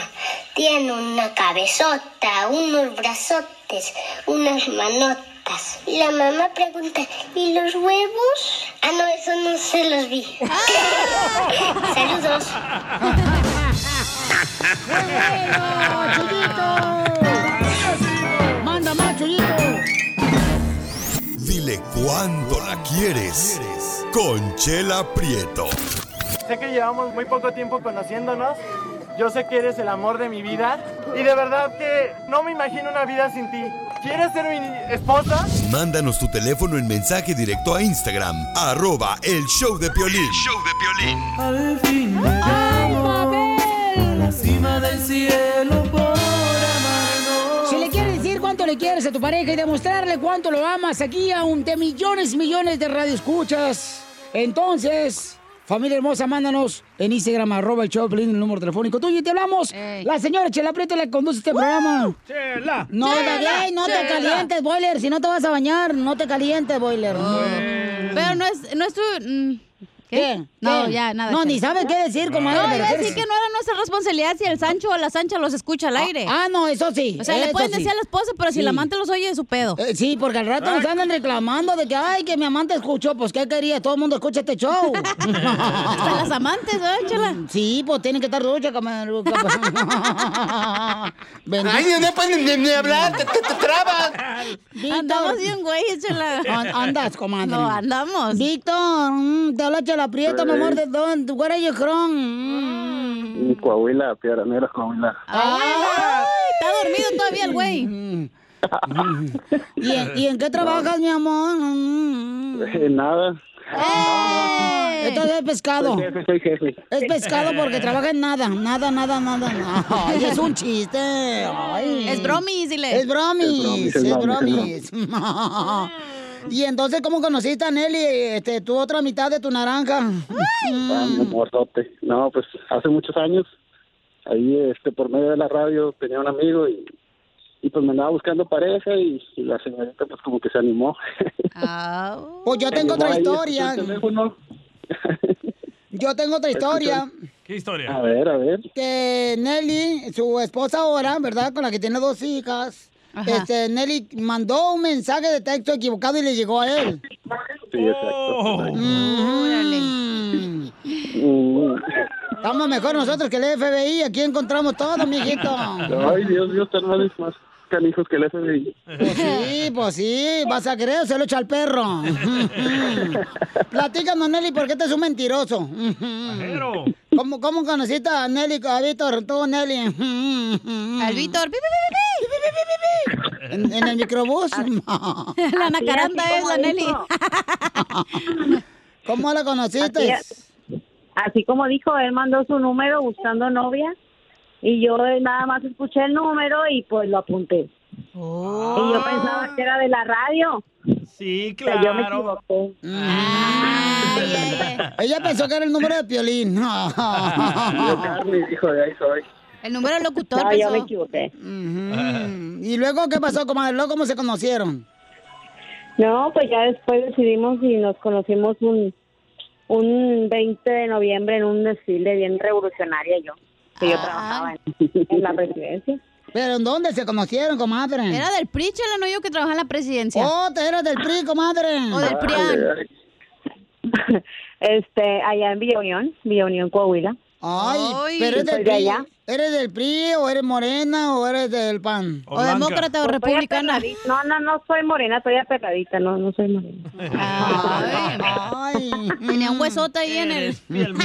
S10: Tiene una cabezota, unos brazotes, unas manotas. La mamá pregunta, ¿y los huevos? Ah, no, eso no se los vi. Saludos.
S1: ¡Manda más, Chuyito!
S3: Dile cuánto la quieres. Conchela Prieto.
S12: Sé que llevamos muy poco tiempo conociéndonos. Yo sé que eres el amor de mi vida. Y de verdad que no me imagino una vida sin ti. ¿Quieres ser mi esposa?
S3: Mándanos tu teléfono en mensaje directo a Instagram, arroba el show de Piolín.
S6: Al fin La cima del cielo por amargo.
S1: Si le quieres decir cuánto le quieres a tu pareja y demostrarle cuánto lo amas aquí a un de millones y millones de radioescuchas, entonces, familia hermosa, mándanos en Instagram, arroba el show, de Piolín, el número telefónico tuyo y te hablamos. La señora Chela Prieto le conduce este programa.
S2: Chela.
S1: No,
S2: Chela,
S1: David, no te
S2: Chela.
S1: calientes, Boiler, si no te vas a bañar, no te calientes, Boiler.
S7: Oh. Pero no es, no es tu... mm, ¿Qué?
S1: ¿Qué?
S7: No,
S1: ¿Qué?
S7: ya, nada.
S1: No,
S7: Chela.
S1: ni sabe qué decir, comadre,
S7: No,
S1: pero
S7: iba a decir
S1: quieres-
S7: que no era nuestra responsabilidad si el Sancho o la Sancha los escucha al aire.
S1: Ah, no, eso sí.
S7: O sea, le
S1: eso
S7: pueden
S1: sí.
S7: decir a la esposa, pero si
S1: Sí.
S7: el amante los oye, es su pedo.
S1: Eh, sí, porque al rato nos andan reclamando de que, ay, que mi amante escuchó. Pues, ¿qué quería? Todo el mundo escucha este show. Hasta
S7: las amantes, ¿eh,
S1: Sí, pues tienen que estar duchas, camaruca.
S6: Ay, no
S1: pues,
S6: pueden ni- ni hablar,
S1: te, trabas.
S7: Andamos bien, güey, échala.
S1: andas, comadre.
S7: No, andamos.
S1: Víctor, mm, te habla Chela Prieto, mi amor, ¿de dónde? ¿Where are you from? Mm.
S24: Y Coahuila, Piedra Negra, Coahuila.
S1: Ah,
S7: está dormido todavía el güey.
S1: ¿Y en, y en qué trabajas, mi amor?
S24: Nada.
S7: Eh.
S1: Entonces es pescado.
S24: Soy jefe, soy jefe.
S1: Es pescado porque trabaja en nada, nada, nada, nada. Ay, es un chiste. Ay.
S7: Es bromis, dile.
S1: Es bromis,
S24: Es bromis, es
S1: es
S24: bromis,
S1: bromis. Y entonces, ¿cómo conociste a Nelly, este, tu otra mitad de tu naranja? Mm.
S24: Ah, mi amorzote. No, pues hace muchos años, ahí este, por medio de la radio tenía un amigo y, y pues me andaba buscando pareja y, y la señorita pues como que se animó.
S1: Pues yo tengo otra historia. Yo tengo otra historia.
S2: ¿Qué historia?
S24: A ver, a ver.
S1: que Nelly, su esposa ahora, ¿verdad? Con la que tiene dos hijas.
S24: Ajá.
S1: Este, Nelly mandó un mensaje de texto equivocado y le llegó a él.
S24: Sí, exacto.
S1: Mm. Estamos mejor nosotros que el FBI. Aquí encontramos todo, mijito.
S24: Ay, Dios, Dios, tan mal es más canijos que el FBI.
S1: Pues sí, pues sí. ¿Vas a creer o se lo echa al perro? Mm. Platícanos, Nelly, ¿por qué te es un mentiroso? Mm. ¿Cómo, ¿Cómo conociste a Nelly, a Víctor, tú, Nelly?
S7: Al Víctor. pi, pi, pi,
S1: ¿En, en el microbús?
S7: Ah, La nacaranda
S1: así
S7: es la
S1: como
S7: Nelly.
S1: dijo. ¿Cómo la
S25: Así,
S1: conociste?
S25: es. Así como dijo, él mandó su número buscando novia y yo eh, nada más escuché el número y pues lo apunté. Y
S1: Ah.
S25: yo pensaba que era de la radio.
S6: Ah,
S2: Sí,
S25: Pero yo me
S2: claro.
S25: equivoqué.
S1: Ella pensó que era el número de Piolín. No.
S24: Yo, Carmen, hijo de ahí soy.
S1: El número locutor
S25: No, yo me
S1: pensó.
S25: equivoqué.
S1: ¿Y luego qué pasó, comadre? ¿Luego cómo se conocieron?
S25: No, pues ya después decidimos y nos conocimos un, un 20 de noviembre en un desfile bien revolucionaria yo, que yo trabajaba en, en la presidencia.
S1: ¿Pero en dónde se conocieron, comadre?
S7: Era del PRI, chela, no yo que trabaja en la presidencia. Oh,
S1: Oh, te eras del PRI, comadre.
S25: O del PRIAN. Este, allá en Villa Unión, Villa Unión, Coahuila.
S1: Ay, pero eres del,
S25: Soy de
S1: PRI,
S25: allá.
S1: ¿Eres del PRI o eres morena o eres del PAN?
S25: O blanca. demócrata o
S1: Pues soy
S25: republicana.
S1: aperradi-
S25: No, no, no soy morena, soy aperradita, no, no soy morena.
S1: Ah,
S7: Tenía un huesote ahí en el...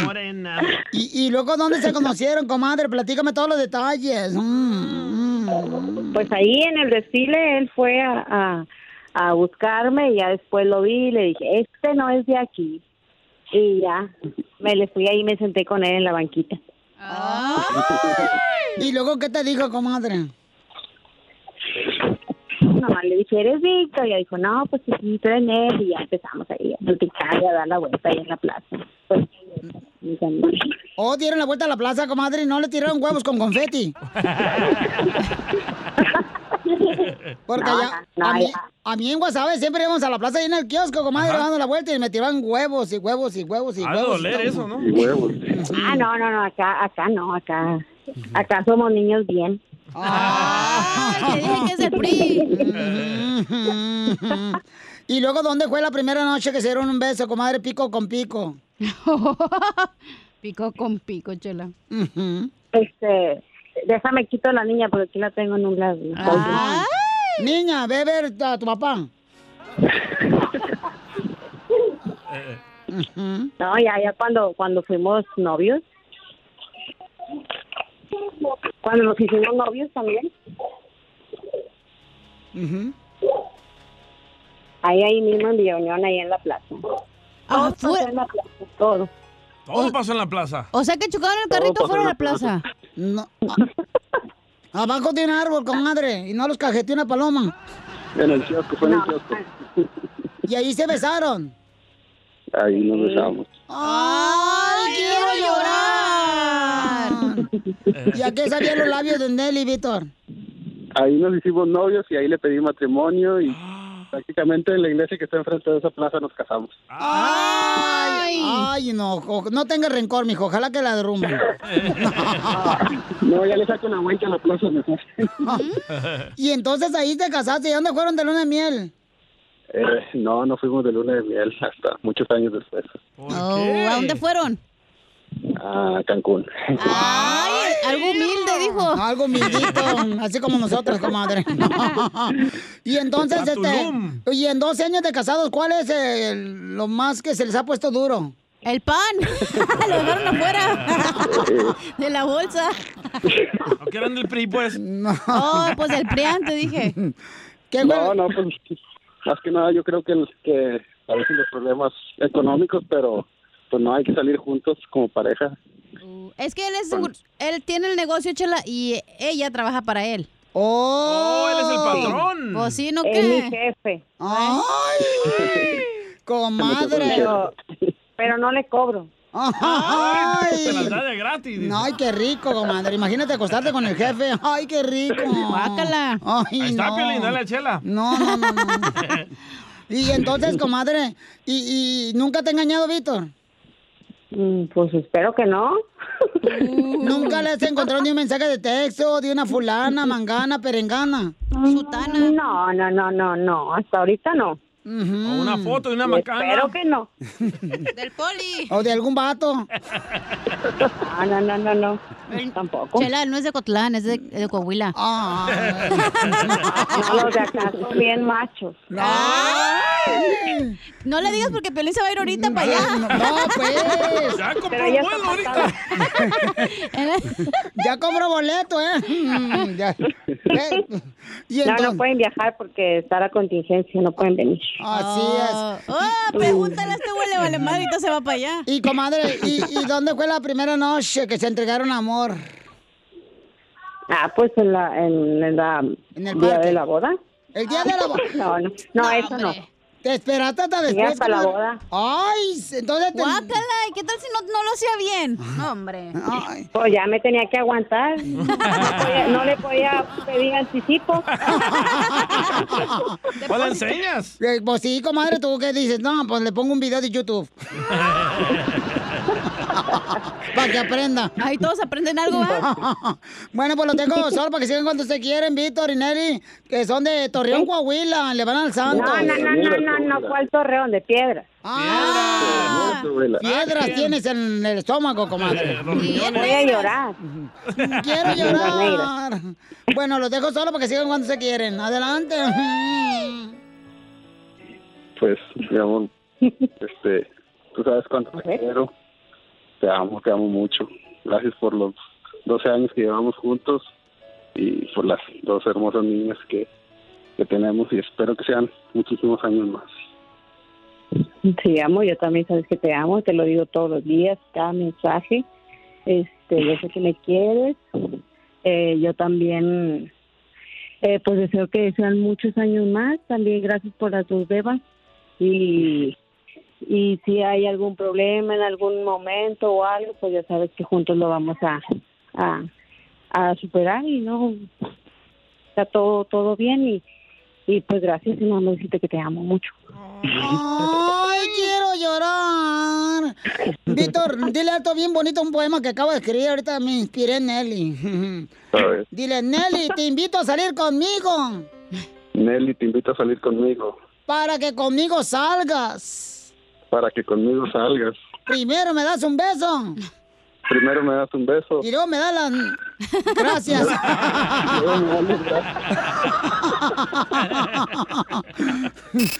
S2: morena.
S1: ¿Y, y luego dónde se conocieron, comadre? Platícame todos los detalles. Mm,
S25: Pues ahí en el desfile él fue a, a- a buscarme y ya después lo vi y le dije, este no es de aquí. Y ya, me le fui ahí y me senté con él en la banquita.
S1: ¿Y luego qué te dijo, comadre?
S25: Nomás le dije, eres Víctor. Y ella dijo, no, pues sí, sí, tú eres él. Y ya empezamos ahí a platicar y a dar la vuelta ahí en la plaza. Pues, y ya no.
S1: Oh, dieron la vuelta a la plaza, comadre, y no le tiraron huevos con confeti. Porque
S25: No,
S1: allá-
S25: no,
S1: a, mí,
S25: ya.
S1: a mí en Guasave siempre íbamos a la plaza y en el kiosco, comadre, dando la vuelta y me tiraban huevos y huevos y huevos y
S25: Ha de
S1: huevos. y
S25: doler
S1: huevos.
S25: eso, ¿no?
S24: Y huevos.
S25: Ah, no, no, no, acá, acá no, acá. Acá somos niños bien.
S1: Te dije que es el PRI. y luego, ¿dónde fue la primera noche que se dieron un beso, comadre, pico con pico?
S25: Pico con pico, chela. Este, déjame quito a la niña porque aquí la tengo en un lado.
S1: Niña, ve a ver a tu papá.
S6: Eh,
S25: No, ya, ya cuando, cuando fuimos novios. Cuando nos hicimos novios también.
S6: eh.
S25: Ahí, ahí mismo en Villa Unión, ahí en la plaza.
S7: Ah, fue-
S25: Todo.
S2: Todo pasó en la plaza.
S7: O sea que chocaron el carrito
S2: Todo pasó
S7: fuera de
S2: en
S7: la
S2: la plaza.
S7: plaza.
S1: No. a- Abajo de un árbol, comadre, y no los cajeteó una paloma.
S24: En el kiosco, fue en el
S1: No.
S24: kiosco.
S1: Y ahí se besaron.
S24: Ahí nos besamos.
S1: ¡Ay, quiero
S7: Ah.
S1: llorar! ¿Y a qué sabían los labios de Nelly, Víctor?
S24: Ahí nos hicimos novios y ahí le pedí matrimonio y prácticamente en la iglesia que está enfrente de esa plaza nos casamos.
S1: ¡Ay! ¡Ay, no! o- No tenga rencor, mijo. Ojalá que la derrumben.
S24: No, ya le saco una vuelta a la plaza mejor.
S1: y entonces ahí te casaste. ¿Y dónde fueron de luna de miel?
S24: Eh, no, no fuimos de luna de miel hasta muchos años después.
S7: Oh, ¿A dónde fueron?
S24: A Cancún.
S7: Ay, algo humilde, dijo.
S1: Algo humildito, así como nosotros, comadre. y entonces,
S7: A
S1: este,
S7: Tulum.
S1: y en 12 años de casados, ¿cuál es el- lo más que se les ha puesto duro?
S7: El pan. Lo dejaron afuera de la bolsa.
S2: ¿No que eran del PRI, pues?
S7: Oh, pues el PRIAN, te dije.
S24: no, no, pues más que nada yo creo que, el- que a veces los problemas económicos, pero pues no hay que salir juntos como pareja.
S7: Es que él es un- él tiene el negocio, chela, y ella trabaja para él.
S1: Oh,
S7: él
S24: es el patrón.
S7: Pues sí, no
S25: Es
S7: qué.
S25: mi jefe.
S1: ¡Ay! Comadre.
S25: Pero, pero no le cobro.
S1: Ay.
S2: Te las da de gratis. dice.
S1: No, ay, qué rico, comadre. Imagínate acostarte con el jefe. Ay, qué rico. Guácala. Ay,
S2: Ahí está,
S1: no.
S2: Piolín, dale a Chela.
S1: No, no, no, no. Y entonces, comadre, ¿y, y nunca te ha engañado Víctor?
S25: Mm, Pues espero que no.
S1: ¿Nunca le has encontrado ni un mensaje de texto de una fulana, mangana, perengana?
S25: Sutana. No, no, no, no, no. Hasta ahorita no.
S2: O una foto y una
S25: Y
S2: macana.
S25: Espero que no.
S7: Del poli.
S1: ¿O de algún vato?
S25: No, no, no, no, no. Tampoco.
S7: Chela, no es de Cotlán, es de, de Coahuila.
S1: Ah.
S25: No, los de acá son bien machos.
S1: ¡Ay!
S7: No le digas porque Piolín se va a ir ahorita para allá.
S1: No, pues.
S7: Ya compró
S1: Pero ya vuelo está ya compró boleto, ¿eh? Ya. Eh, Y
S13: No, no
S1: entonces-
S13: pueden viajar porque está la contingencia, no pueden venir.
S1: Así es.
S7: Oh, pregúntale a este huele vale madre y todo se va para allá.
S1: Y comadre, ¿y, y dónde fue la primera noche que se entregaron amor?
S13: Ah, pues en la, en, en la
S1: el
S13: día
S1: parque.
S13: de la boda.
S1: El día de la boda.
S13: No, no, no, eso no.
S1: Te esperaste hasta
S13: Llegas
S1: después.
S13: para la
S1: comadre.
S13: boda.
S1: Ay, entonces te...
S7: Guácala, ¿y qué tal si no, no lo hacía bien? No, hombre.
S13: Pues ya me tenía que aguantar. No, podía- no le podía pedir anticipo.
S2: ¿Cuál enseñas?
S1: Eh, pues sí, comadre, ¿tú qué dices? No, pues le pongo un video de YouTube para que aprenda.
S7: Ahí todos aprenden algo, ¿ah?
S1: bueno, pues lo tengo solo para que sigan cuando se quieren, Víctor y Nelly, que son de Torreón, Coahuila, le van al santo.
S13: No, no, no, no, no, no, ¿cuál torreón de piedra?
S1: Ah, piedras tienes en el estómago, comadre. Mm,
S13: Voy a llorar.
S1: Quiero llorar. Bueno, los dejo solo para que sigan cuando se quieren. Adelante.
S24: Pues, mi amor, este, tú sabes cuánto te quiero. Te amo, te amo mucho. Gracias por los 12 años que llevamos juntos y por las dos hermosas niñas que, que tenemos y espero que sean muchísimos años más.
S13: Te amo, yo también sabes que te amo, te lo digo todos los días, cada mensaje. Este, yo sé que me quieres. Eh, yo también, eh, pues deseo que sean muchos años más. También gracias por las dos bebas. Y, y si hay algún problema en algún momento o algo, pues ya sabes que juntos lo vamos a, a, a superar y no está todo todo bien y, y pues gracias y nada más decirte que te amo mucho.
S1: Ay, quiero llorar. Víctor, dile alto bien bonito un poema que acabo de escribir. Ahorita me inspiré en Nelly.
S24: ¿Sabes?
S1: Dile, Nelly, te invito a salir conmigo
S24: Nelly, te invito a salir conmigo
S1: para que conmigo salgas.
S24: para que conmigo salgas.
S1: Primero me das un beso
S24: Primero me das un beso.
S1: y luego me das las gracias.
S24: luego me das los brazos.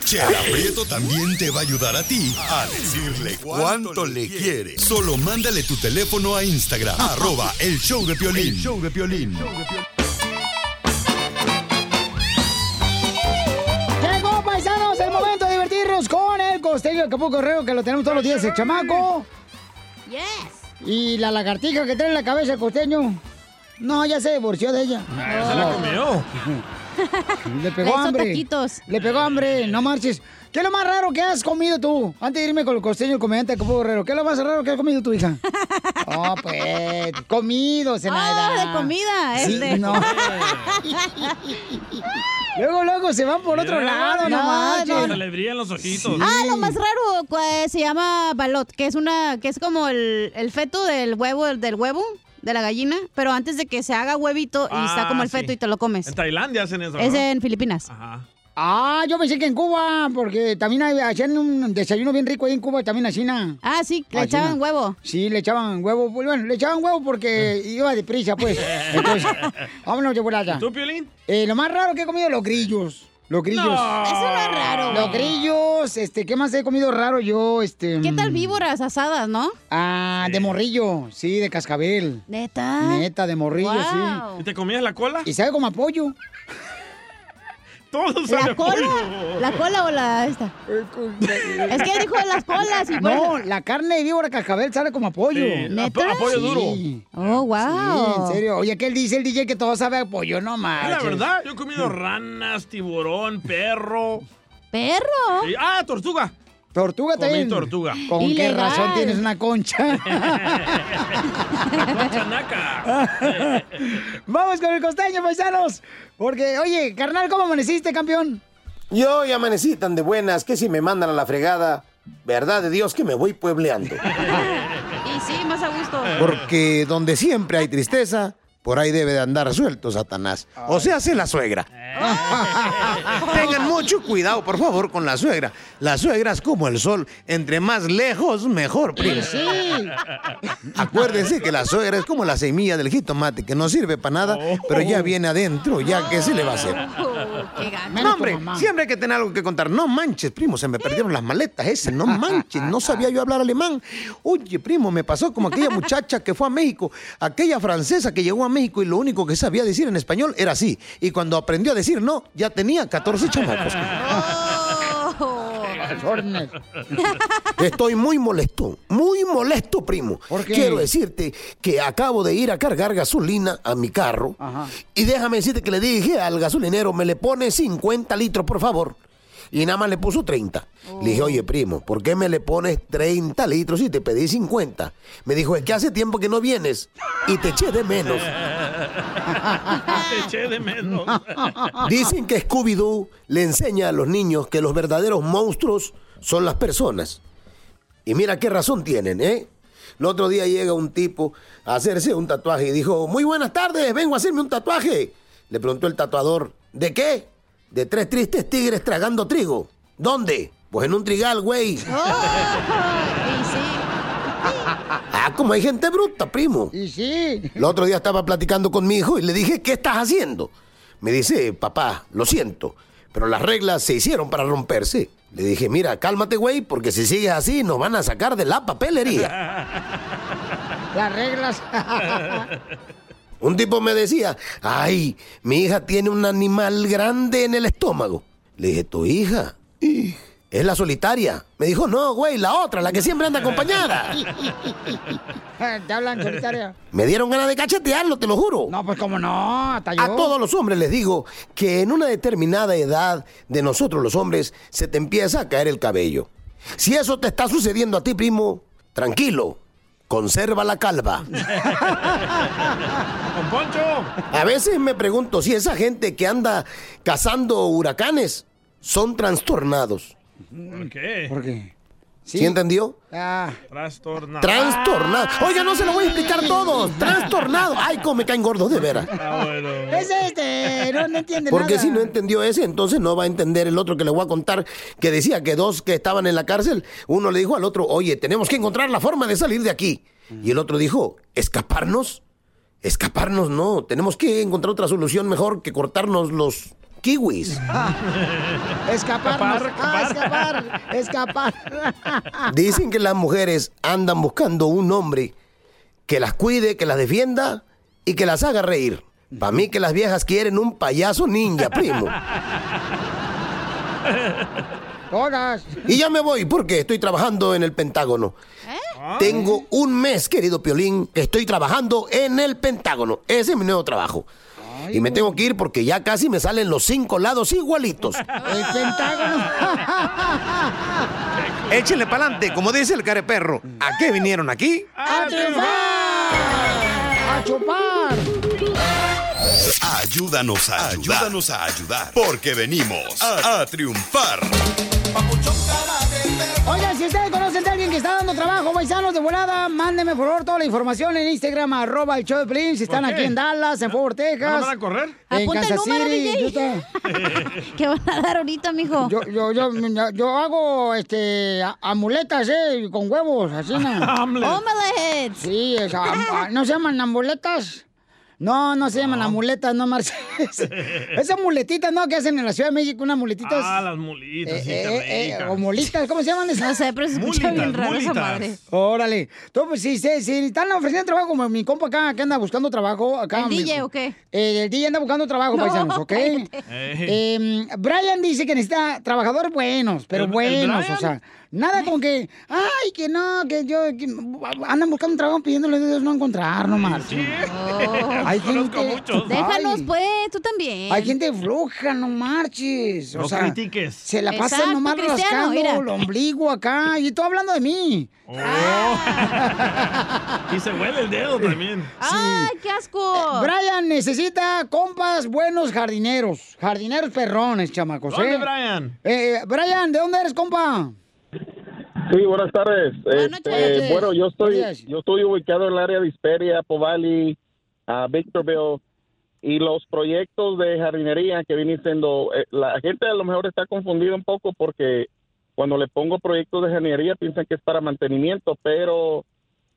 S3: Chela Prieto también te va a ayudar a ti a decirle cuánto le quiere. Solo mándale tu teléfono a Instagram, arroba el show de Piolín.
S16: El show de Piolín.
S1: Llegó, paisanos, el momento de divertirnos con el costeño de Acapulco Correo, que lo tenemos todos los días, el chamaco. Yes. Y la lagartija que trae en la cabeza el costeño. No, ya se divorció de ella.
S2: Se la comió.
S1: Le
S2: Le
S1: pegó
S2: hizo
S1: hambre. Le pegó hambre, no marches. ¿Qué es lo más raro que has comido tú? Antes de irme con el costeño, el comediante de Acapulco Correo, ¿qué es lo más raro que has comido tu hija? Oh, pues, comido, Zenaida.
S7: Ah, de comida,
S1: Sí,
S7: este.
S1: no. Luego, luego se van por otro lado, no marches.
S2: Se le brillan los ojitos.
S7: Ah, lo más raro cua- se llama balot, que es una, que es como el, el feto del huevo, del huevo, de la gallina, pero antes de que se haga huevito y está
S2: Ah,
S7: como el
S2: sí.
S7: feto y te lo comes.
S2: En Tailandia hacen eso.
S7: Es
S2: ¿no?
S7: en Filipinas.
S1: Ah, yo pensé que en Cuba, porque también hay- hacían un desayuno bien rico ahí en Cuba, también así. Ah, sí,
S7: le echaban
S1: huevo. Sí, le echaban huevo. Pues, Bueno, le echaban huevo
S2: Eh.
S1: porque iba deprisa, pues. Entonces, vámonos de volada.
S2: ¿Tú, Piolín?
S1: Eh, lo más raro que he comido, los grillos. Los grillos.
S2: No. Eso
S7: no es raro.
S1: Los grillos, este, ¿qué más he comido raro yo? Este.
S7: ¿Qué tal
S1: mm,
S7: víboras asadas, no?
S1: Ah, de morrillo, sí, de cascabel.
S7: Neta.
S1: Neta, de morrillo,
S7: Guau.
S1: sí.
S2: ¿Y te comías la cola?
S1: Y sabe como apoyo.
S2: Todo
S7: ¿La cola? ¿La cola o la esta? Es que dijo las colas y
S1: No,
S7: bueno.
S1: la carne de víbora cascabel sale como apoyo.
S7: Sí, ¿Neta? ap- apoyo duro.
S1: Oh,
S7: wow.
S1: en serio. Oye, ¿qué él dice el DJ que todo sabe a pollo? No
S2: Ah,
S1: más.
S2: La verdad, yo he comido ranas, tiburón, perro.
S7: ¿Perro?
S2: Sí, Ah, tortuga.
S1: Tortuga
S2: Comí
S1: también.
S2: tortuga.
S1: ¿Con
S2: Ilegal.
S1: qué razón tienes una concha?
S2: Chanaca.
S1: Vamos con el costeño, paisanos. Porque, oye, carnal, ¿cómo amaneciste, campeón?
S14: Yo ya amanecí tan de buenas que si me mandan a la fregada, verdad de Dios que me voy puebleando.
S7: Y sí, más a gusto.
S2: Eh,
S14: Porque donde siempre hay tristeza, Por ahí debe de andar suelto Satanás. O sea, hace la suegra.
S6: Eh.
S14: Tengan mucho cuidado, por favor, con la suegra. La suegra es como el sol. Entre más lejos, mejor, primo. Acuérdense que la suegra es como la semilla del jitomate, que no sirve para nada, pero ya viene adentro, ya que se le va a hacer. No, hombre, siempre hay que tener algo que contar. No manches, primo, se me perdieron las maletas ese. No manches, no sabía yo hablar alemán. Oye, primo, me pasó como aquella muchacha que fue a México, aquella francesa que llegó a México y lo único que sabía decir en español era sí. Y cuando aprendió a decir no, ya tenía 14 chamacos. Estoy muy molesto, muy molesto, primo.
S1: qué?
S14: Quiero decirte que acabo de ir a cargar gasolina a mi carro.
S1: Oh.
S14: Y déjame decirte que le dije al gasolinero, me le pone 50 litros, por favor. Y nada más le puso 30. Le dije, oye, primo, ¿por qué me le pones 30 litros si te pedí 50? Me dijo, es que hace tiempo que no vienes y te eché de menos.
S2: Te eché de menos.
S14: Dicen que Scooby-Doo le enseña a los niños que los verdaderos monstruos son las personas. Y mira qué razón tienen, ¿eh? El otro día llega un tipo a hacerse un tatuaje y dijo, muy buenas tardes, vengo a hacerme un tatuaje. Le preguntó el tatuador, ¿de qué? De tres tristes tigres tragando trigo. ¿Dónde? Pues en un trigal, güey.
S1: Oh,
S14: Ah, como hay gente bruta, primo. Y sí. El otro día estaba platicando con mi hijo y le dije, ¿qué estás haciendo? Me dice, papá, lo siento, pero las reglas se hicieron para romperse. Le dije, mira, cálmate, güey, porque si sigues así nos van a sacar de la papelería.
S1: Las reglas.
S14: Un tipo me decía, ay, mi hija tiene un animal grande en el estómago. Le dije, ¿tu hija? Es la solitaria. Me dijo, no, güey, la otra, la que siempre anda acompañada.
S1: Te hablan solitaria.
S14: Me dieron ganas de cachetearlo, te lo juro. No, pues cómo no, A todos los hombres les digo que en una determinada edad de nosotros los hombres se te empieza a caer el cabello. Si eso te está sucediendo a ti, primo, tranquilo, conserva la calva.
S2: ¡Don Poncho!
S14: A veces me pregunto si esa gente que anda cazando huracanes son trastornados.
S2: ¿Por qué?
S14: Mm. ¿Por qué? ¿Sí entendió?
S2: Trastornado.
S14: Trastornado.
S2: Ah.
S14: Oiga, no se lo voy a explicar todos. Trastornado. Ay, cómo me caen gordos, de veras.
S1: Ah, Es este, no, no entiende
S14: Porque
S1: nada.
S14: si no entendió ese, entonces no va a entender el otro que le voy a contar, que decía que dos que estaban en la cárcel, uno le dijo al otro, oye, tenemos que encontrar la forma de salir de aquí. Y el otro dijo, ¿escaparnos? Escaparnos no, tenemos que encontrar otra solución mejor que cortarnos los kiwis.
S1: Ah, Escaparnos. Ah,
S6: escapar.
S1: escapar.
S14: Dicen que las mujeres andan buscando un hombre que las cuide, que las defienda y que las haga reír. Para mí que las viejas quieren un payaso ninja, primo.
S1: Todas.
S14: Y ya me voy porque estoy trabajando en el Pentágono. Tengo un mes, querido Piolín, que estoy trabajando en el Pentágono. Ese es mi nuevo trabajo. y me tengo que ir porque ya casi me salen los cinco lados igualitos.
S1: El Pentágono.
S14: Échenle pa'lante, como dice el careperro. ¿A qué vinieron aquí?
S1: ¡A triunfar! ¡A chupar!
S3: Ayúdanos a ayudar. Ayúdanos a ayudar. Porque venimos a, a triunfar.
S1: Oigan, si ustedes conocen de alguien que está dando trabajo, paisanos de volada, mándenme por favor toda la información en Instagram, arroba el show de Plin, si están
S2: ¿Por qué?
S1: aquí en Dallas, en Fort Texas.
S2: ¿No van a correr?
S1: En
S7: Apunta el
S1: Kansas
S7: número, DJ.
S1: City, Utah. ¿Qué van a dar ahorita, mijo? Yo, yo, yo, yo hago este a- amuletas, eh, con huevos, así no. Omelets. Sí, o sea, am- a- ¿no se llaman amuletas? No, no se llaman amuletas, no, Marcelo. Esas muletitas, ¿no? Que hacen en la Ciudad de México, unas muletitas.
S2: Ah, las mulitas, sí,
S1: Eh,
S2: qué
S1: eh, eh,
S2: ricas.
S1: o molitas, ¿cómo se llaman esas? No sé, pero se
S2: escucha Mulitas, bien raro esa mulitas. madre.
S1: Órale. Entonces, pues, si, si, si están ofreciendo trabajo, como mi compa acá que anda buscando trabajo. Acá,
S7: ¿El
S1: mi-
S7: DJ o qué?
S1: Eh, el DJ anda buscando trabajo,
S7: No,
S1: paisanos, ¿ok?
S7: cállate.
S1: Eh, Brian dice que necesita trabajadores buenos, pero
S6: ¿El- el
S1: buenos,
S6: Brian?
S1: o sea, nada con que, ay, que no, que yo, que- andan buscando un trabajo pidiéndole a Dios no encontrar, no más. Hay gente,
S7: Déjanos,
S1: Ay.
S7: pues, tú también.
S1: Hay gente floja, no marches. O
S2: No
S1: sea,
S2: critiques.
S1: Se la pasa
S7: Exacto,
S1: nomás
S7: Cristiano,
S1: rascando
S7: mira.
S1: el ombligo acá. Y tú hablando de mí.
S2: Oh. Y se huele el dedo también.
S1: ¡Ay, qué asco! Eh, Brian necesita compas buenos jardineros. Jardineros perrones, chamacos.
S2: ¿Dónde,
S1: eh?
S2: Brian?
S1: Eh, eh, Brian, ¿de dónde eres, compa?
S26: Sí, buenas tardes. Este,
S1: noches.
S26: bueno, yo
S1: Buenos
S26: estoy,
S1: días.
S26: yo estoy ubicado en el área de Hisperia, Povali, a Victorville y los proyectos de jardinería que vienen siendo, eh, la gente a lo mejor está confundida un poco porque cuando le pongo proyectos de jardinería piensan que es para mantenimiento, pero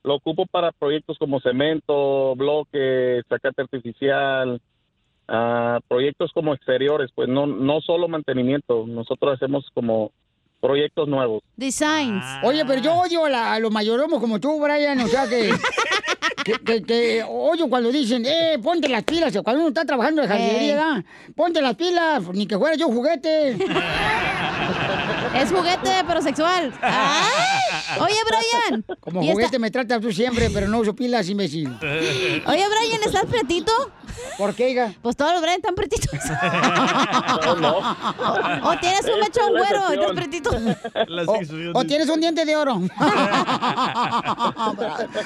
S26: lo ocupo para proyectos como cemento, bloque, sacate artificial, ah, proyectos como exteriores, pues no, no solo mantenimiento, nosotros hacemos como proyectos nuevos.
S7: Designs.
S2: Ah.
S1: Oye, pero yo odio a, la- a los mayoromos como tú, Brian, o sea que... Que, que- que odio cuando dicen, eh, ponte las pilas, cuando uno está trabajando de
S7: Ey.
S1: jardinería, ¿verdad? ponte las pilas, ni que fuera yo un juguete.
S7: Es juguete, pero sexual. ¡Ay! Oye, Brian.
S1: Como
S7: ¿y esta-
S1: juguete me tratas tú siempre, pero no uso pilas, imbécil.
S7: Oye, Brian, ¿estás pretito?
S1: ¿Por qué, hija?
S7: Pues todos los Brian están pretitos.
S1: no.
S7: O, o tienes un mechón güero, estás pretito.
S1: O, o tienes un diente de oro.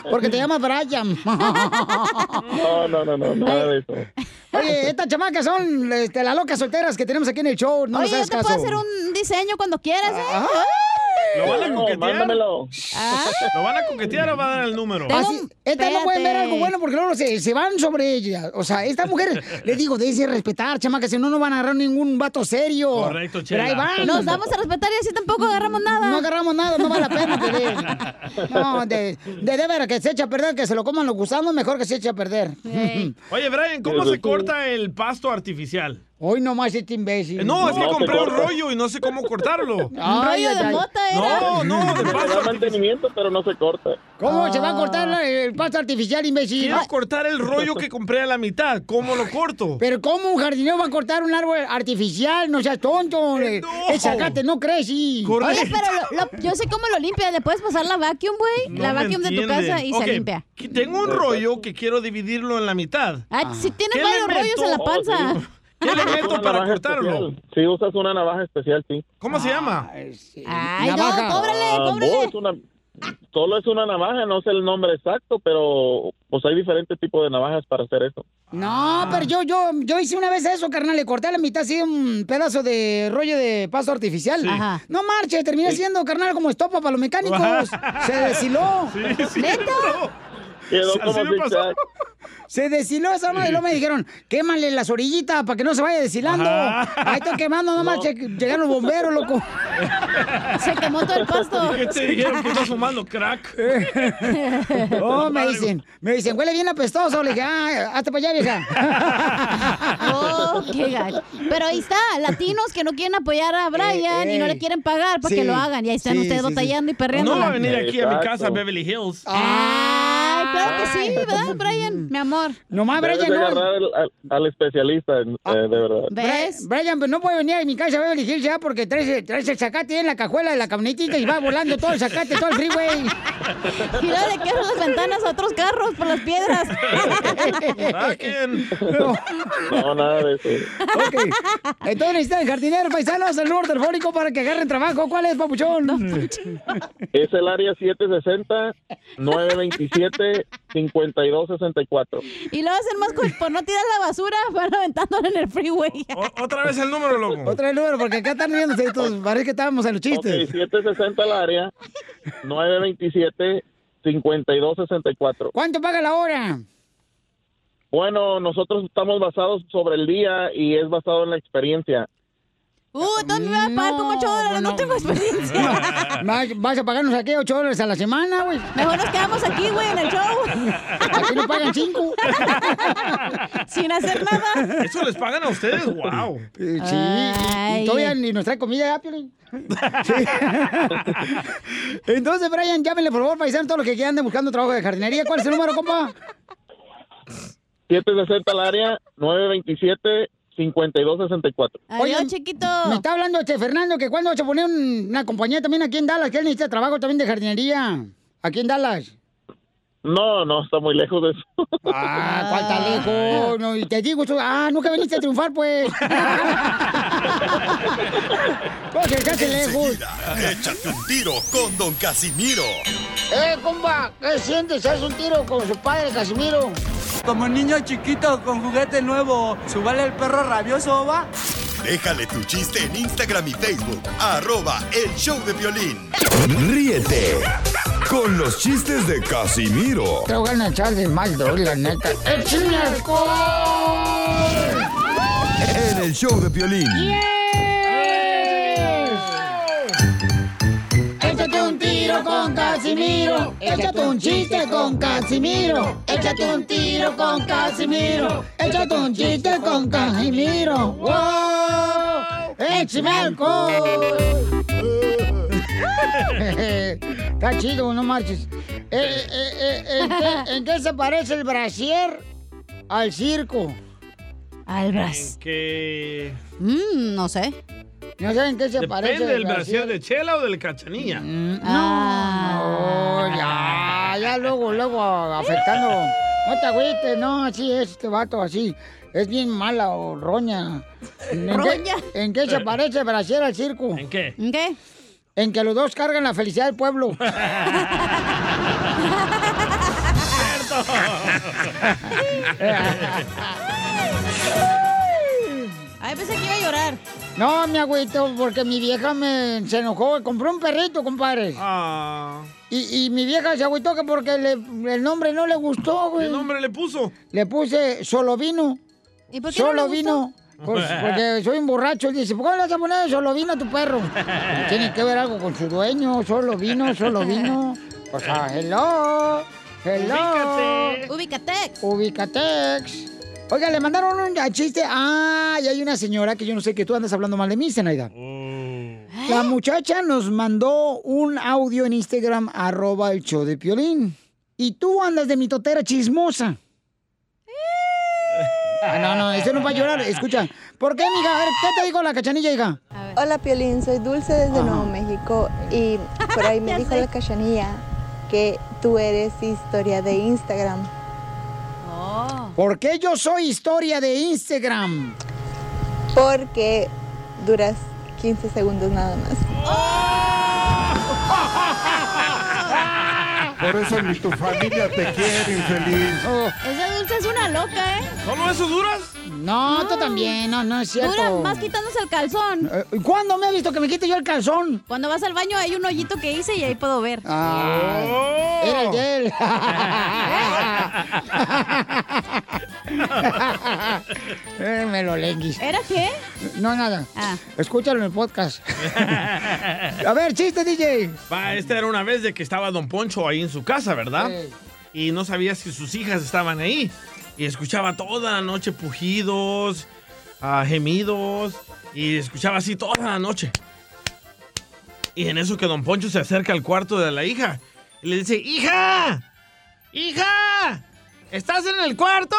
S1: Porque te llama Brian.
S26: No, no, no, no, nada de eso.
S1: Oye, estas chamacas son este, las locas solteras que tenemos aquí en el show. No
S7: Oye,
S1: les
S7: yo
S1: hagas
S7: te
S1: caso. Ah.
S7: puedo hacer un diseño cuando quieras, ¿eh?
S2: ¿Lo van a coquetear?
S26: mándamelo.
S7: Ah.
S2: ¿Lo van a coquetear o va a dar el número?
S14: Ah,
S1: Así- estas no pueden ver
S2: espérate.
S1: algo bueno porque luego se, se van sobre ellas. O sea, estas mujeres, les digo, déjense respetar, chamacas, si no, no van a agarrar ningún vato serio.
S7: Correcto,
S1: Pero ahí van.
S7: Nos damos a respetar y así tampoco agarramos nada.
S1: No agarramos nada, no vale la pena perder. No, de, de, de veras que se echa a perder, que se lo coman los gusanos, mejor que se eche a perder.
S14: Mm.
S2: Oye, Brian, ¿cómo
S1: Pero
S2: se
S1: tú-
S2: corta el pasto artificial?
S1: Hoy nomás este imbécil.
S2: Eh, No, es que compré un rollo y no sé cómo cortarlo.
S1: Ay, ay, ay.
S7: ¿eh?
S2: No, no, de pasto
S26: Da mantenimiento, pero no se corta.
S1: ¿Cómo se va a cortar la- el pasto artificial, imbécil? Ah.
S2: Quiero Ah. cortar el rollo que compré a la mitad. ¿Cómo lo corto?
S1: Pero ¿cómo un jardinero va a cortar un árbol artificial? No seas tonto. Eh, El zacate no crece. y-
S7: Oye, pero lo- lo- yo sé cómo lo limpia. Le puedes pasar la vacuum, güey.
S2: No
S7: la
S2: me
S7: vacuum de tu
S2: entiende.
S7: casa y
S2: Ok,
S7: se limpia.
S2: que Tengo un rollo que quiero dividirlo en la mitad.
S7: Ah, si tienes
S2: ¿Qué
S7: varios
S2: le
S7: rollos en la
S2: meto?
S26: Oh,
S7: panza.
S2: ¿Qué le meto para
S26: navaja
S2: cortarlo?
S26: especial. Sí, usas una navaja especial, sí.
S2: ¿Cómo se llama?
S1: Este,
S7: Ay, no,
S26: Navaja.
S7: cóbrale,
S26: Ah, no,
S7: cóbrale.
S26: es una- solo es una navaja, no sé el nombre exacto, pero pues hay diferentes tipos de navajas para hacer eso.
S1: No, pero yo, yo, yo hice una vez eso, carnal. Le corté a la mitad así un pedazo de rollo de pasto artificial.
S6: Sí. Ajá.
S1: No marche,
S2: Eh.
S1: terminé siendo, carnal, como estopa para los mecánicos. Se deshiló.
S6: Sí, sí,
S1: ¿Neta?
S6: Quedó
S1: Sí,
S6: como
S1: así me pasó.
S6: zigzag.
S1: Se deshiló esa madre y luego me dijeron, quémale las orillitas para que no se vaya deshilando.
S6: Ajá.
S1: Ahí estoy quemando, no, marche. Llegaron los bomberos, loco. Se quemó todo el pasto.
S2: ¿Qué te dijeron que estás fumando crack?
S7: Eh.
S1: Oh, me dicen, me dicen, huele bien apestoso. Le dije, ah, hazte para allá, vieja.
S7: Oh, qué gacho. Pero ahí está, latinos que no quieren apoyar a Brian y no le quieren pagar para
S2: Eh, Sí,
S7: que lo hagan. Y ahí están
S2: sí,
S7: ustedes
S2: sí, sí.
S7: batallando y perreando.
S2: No va a venir aquí a mi
S6: Exacto.
S2: casa, Beverly Hills.
S7: Ah, Ay, claro que sí, ¿verdad, Brian? Mi amor.
S1: Nomás
S26: Debes de agarrar al, al- al especialista, eh,
S7: Ah,
S26: de verdad.
S1: ¿Ves? Brian, pero no puede venir a mi casa a elegir ya porque traes, traes el zacate en la cajuela de la camionetita y va volando todo el zacate, todo el freeway.
S7: Y luego le quedan las ventanas a otros carros por las piedras.
S26: No, nada de eso.
S1: Ok. Entonces necesitan jardineros paisanos al norte telefónico para que agarren trabajo. ¿Cuál es, papuchón?
S26: Es el área 760-927-5264.
S7: Y luego hacen más cul- por no tirar la basura, van aventándola en el freeway.
S2: Otra vez el número, loco.
S1: Otra vez el número, porque acá están riéndose estos. Parece que estábamos en los
S26: Ok,
S1: chistes.
S26: 760 el área, 927-5264.
S1: ¿Cuánto paga la hora?
S26: Bueno, nosotros estamos basados sobre el día y es basado en la experiencia.
S7: Uh, ¿dónde me vas a pagar como 8 dólares? No, tengo experiencia.
S1: Vas, vas a pagarnos aquí 8 dólares a la semana, güey.
S7: Mejor nos quedamos aquí, güey, en el show.
S1: Aquí nos pagan 5.
S7: Sin hacer nada.
S2: ¿Eso les pagan a ustedes? ¡Wow!
S1: Sí,
S2: Ay.
S1: y todavía ni nos trae comida ya, Piolín. Sí. Entonces, Brian, llámenle por favor, paisano, todos los que anden buscando trabajo de jardinería. ¿Cuál es el número, compa?
S26: 760 el área, 927-5264.
S1: Oye, chiquito. Me está hablando este Fernando que cuando vas a poner un- una compañía también aquí en Dallas, que él necesita trabajo también de jardinería. Aquí en Dallas.
S26: No, no, está muy lejos de eso.
S1: Ah, falta lejos. No, y te digo, tú, ah, nunca viniste a triunfar, pues. Porque estás lejos.
S3: Enseguida, échate un tiro con Don Casimiro.
S1: Eh, compa, ¿qué sientes? ¿Haz un tiro con su padre, Casimiro?
S8: Como niño chiquito con juguete nuevo, ¿subale el perro rabioso va?
S3: Déjale tu chiste en Instagram y Facebook. Arroba el show de violín.
S16: Ríete Con los chistes de Casimiro.
S1: Te voy a echar de mal, doy, la neta. ¡Échame alcohol!
S16: En el show de Piolín.
S1: Échate un tiro con Casimiro. Échate un chiste con Casimiro. Échate un tiro con Casimiro. Échate un chiste con Casimiro. ¡Wow! ¡Échame alcohol! Está chido, no marches. Eh, eh, eh, ¿en, qué, en qué se parece el brasier al circo? Al
S2: En que...
S1: Mmm, no sé. No sé en qué se parece.
S2: Depende del
S1: brasier.
S2: brasier de Chela o del Cachanilla.
S1: Mm. No, ya, ya luego, luego afectando. No te agüites, no, así es este vato, así. Es bien mala o roña. ¿En,
S6: Roña.
S1: Qué, ¿En qué se parece Brasier al circo? ¿En
S2: qué?
S1: ¿En qué? En que los dos cargan la felicidad del pueblo.
S7: Ay, pensé que iba a llorar.
S1: No, mi agüito, porque mi vieja me, se enojó. Compró un perrito, compadre. Y, y mi vieja se agüitó que porque le- el nombre no le gustó, güey. ¿Qué nombre
S2: le puso?
S1: Le puse Solovino. ¿Y
S6: por qué no le
S1: Solo
S6: gustó?
S1: vino. Pues, porque soy un borracho. Dice, ¿por qué le vas a poner solo vino a tu perro? Tiene que ver algo con su dueño. Solo vino, solo vino. O sea, hello. Hello.
S7: Ubícate. Ubicatex.
S1: Ubicatex. Oiga, le mandaron un chiste. Ah, y hay una señora que yo no sé que tú andas hablando mal de mí, Zenaida.
S6: Oh. ¿Eh?
S1: La muchacha nos mandó un audio en Instagram, arroba el show de Piolín. Y tú andas de mitotera chismosa. Ah, no, no, eso no va a llorar. Escucha. ¿Por qué, amiga? A ver, ¿qué te dijo la cachanilla, hija?
S5: Hola Piolín, soy Dulce desde Nuevo México y por ahí me dijo la cachanilla que tú eres historia de Instagram. Oh.
S1: ¿Por qué yo soy historia de Instagram?
S5: Porque duras 15 segundos nada más.
S27: Por eso ni tu familia te quiere, infeliz.
S1: Oh.
S7: Esa dulce es una loca, ¿eh?
S2: ¿Solo eso duras?
S1: No, tú también, no, no es cierto. Eh,
S7: Dura más quitándose el calzón.
S1: ¿Cuándo me ha visto que me quite yo el calzón?
S7: Cuando vas al baño hay un hoyito que hice y ahí puedo ver.
S2: Oh.
S1: Ah, Era el de él. Eh, me lo lenguis.
S7: ¿Era qué?
S1: No, nada.
S5: Ah.
S1: Escúchalo en el podcast. A ver, chiste, DJ.
S2: Va, esta era una vez de que estaba Don Poncho ahí en su casa, ¿verdad? Y no sabía si sus hijas estaban ahí. Y escuchaba toda la noche pujidos, ah, gemidos. Y escuchaba así toda la noche. Y en eso que Don Poncho se acerca al cuarto de la hija. Y le dice, ¡Hija! ¡Hija! ¿Estás en el cuarto?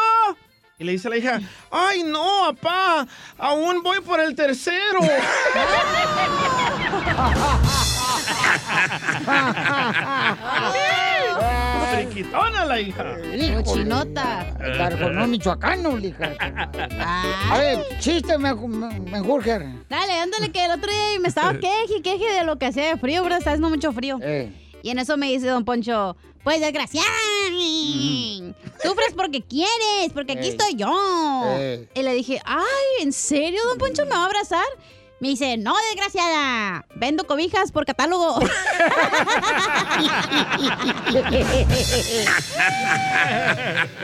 S2: Y le dice a la hija, ¡Ay, no, papá! Aún voy por el tercero. Friquitona la hija.
S7: Cochinota.
S1: Cargonó michoacano, hija. A ver, chiste, me, me, me jurger.
S7: Dale, ándale, que el otro día me estaba queje, queje de lo que hacía de frío, pero está haciendo mucho frío.
S1: Eh.
S7: Y en eso me dice don Poncho, pues desgraciada,
S1: Mm.
S7: mm, sufres porque quieres, porque aquí
S1: Eh.
S6: Ey.
S7: estoy yo.
S6: Ey.
S7: Y le dije, ay, ¿en serio, don Poncho, me va a abrazar? Me dice, no, desgraciada, vendo cobijas por catálogo.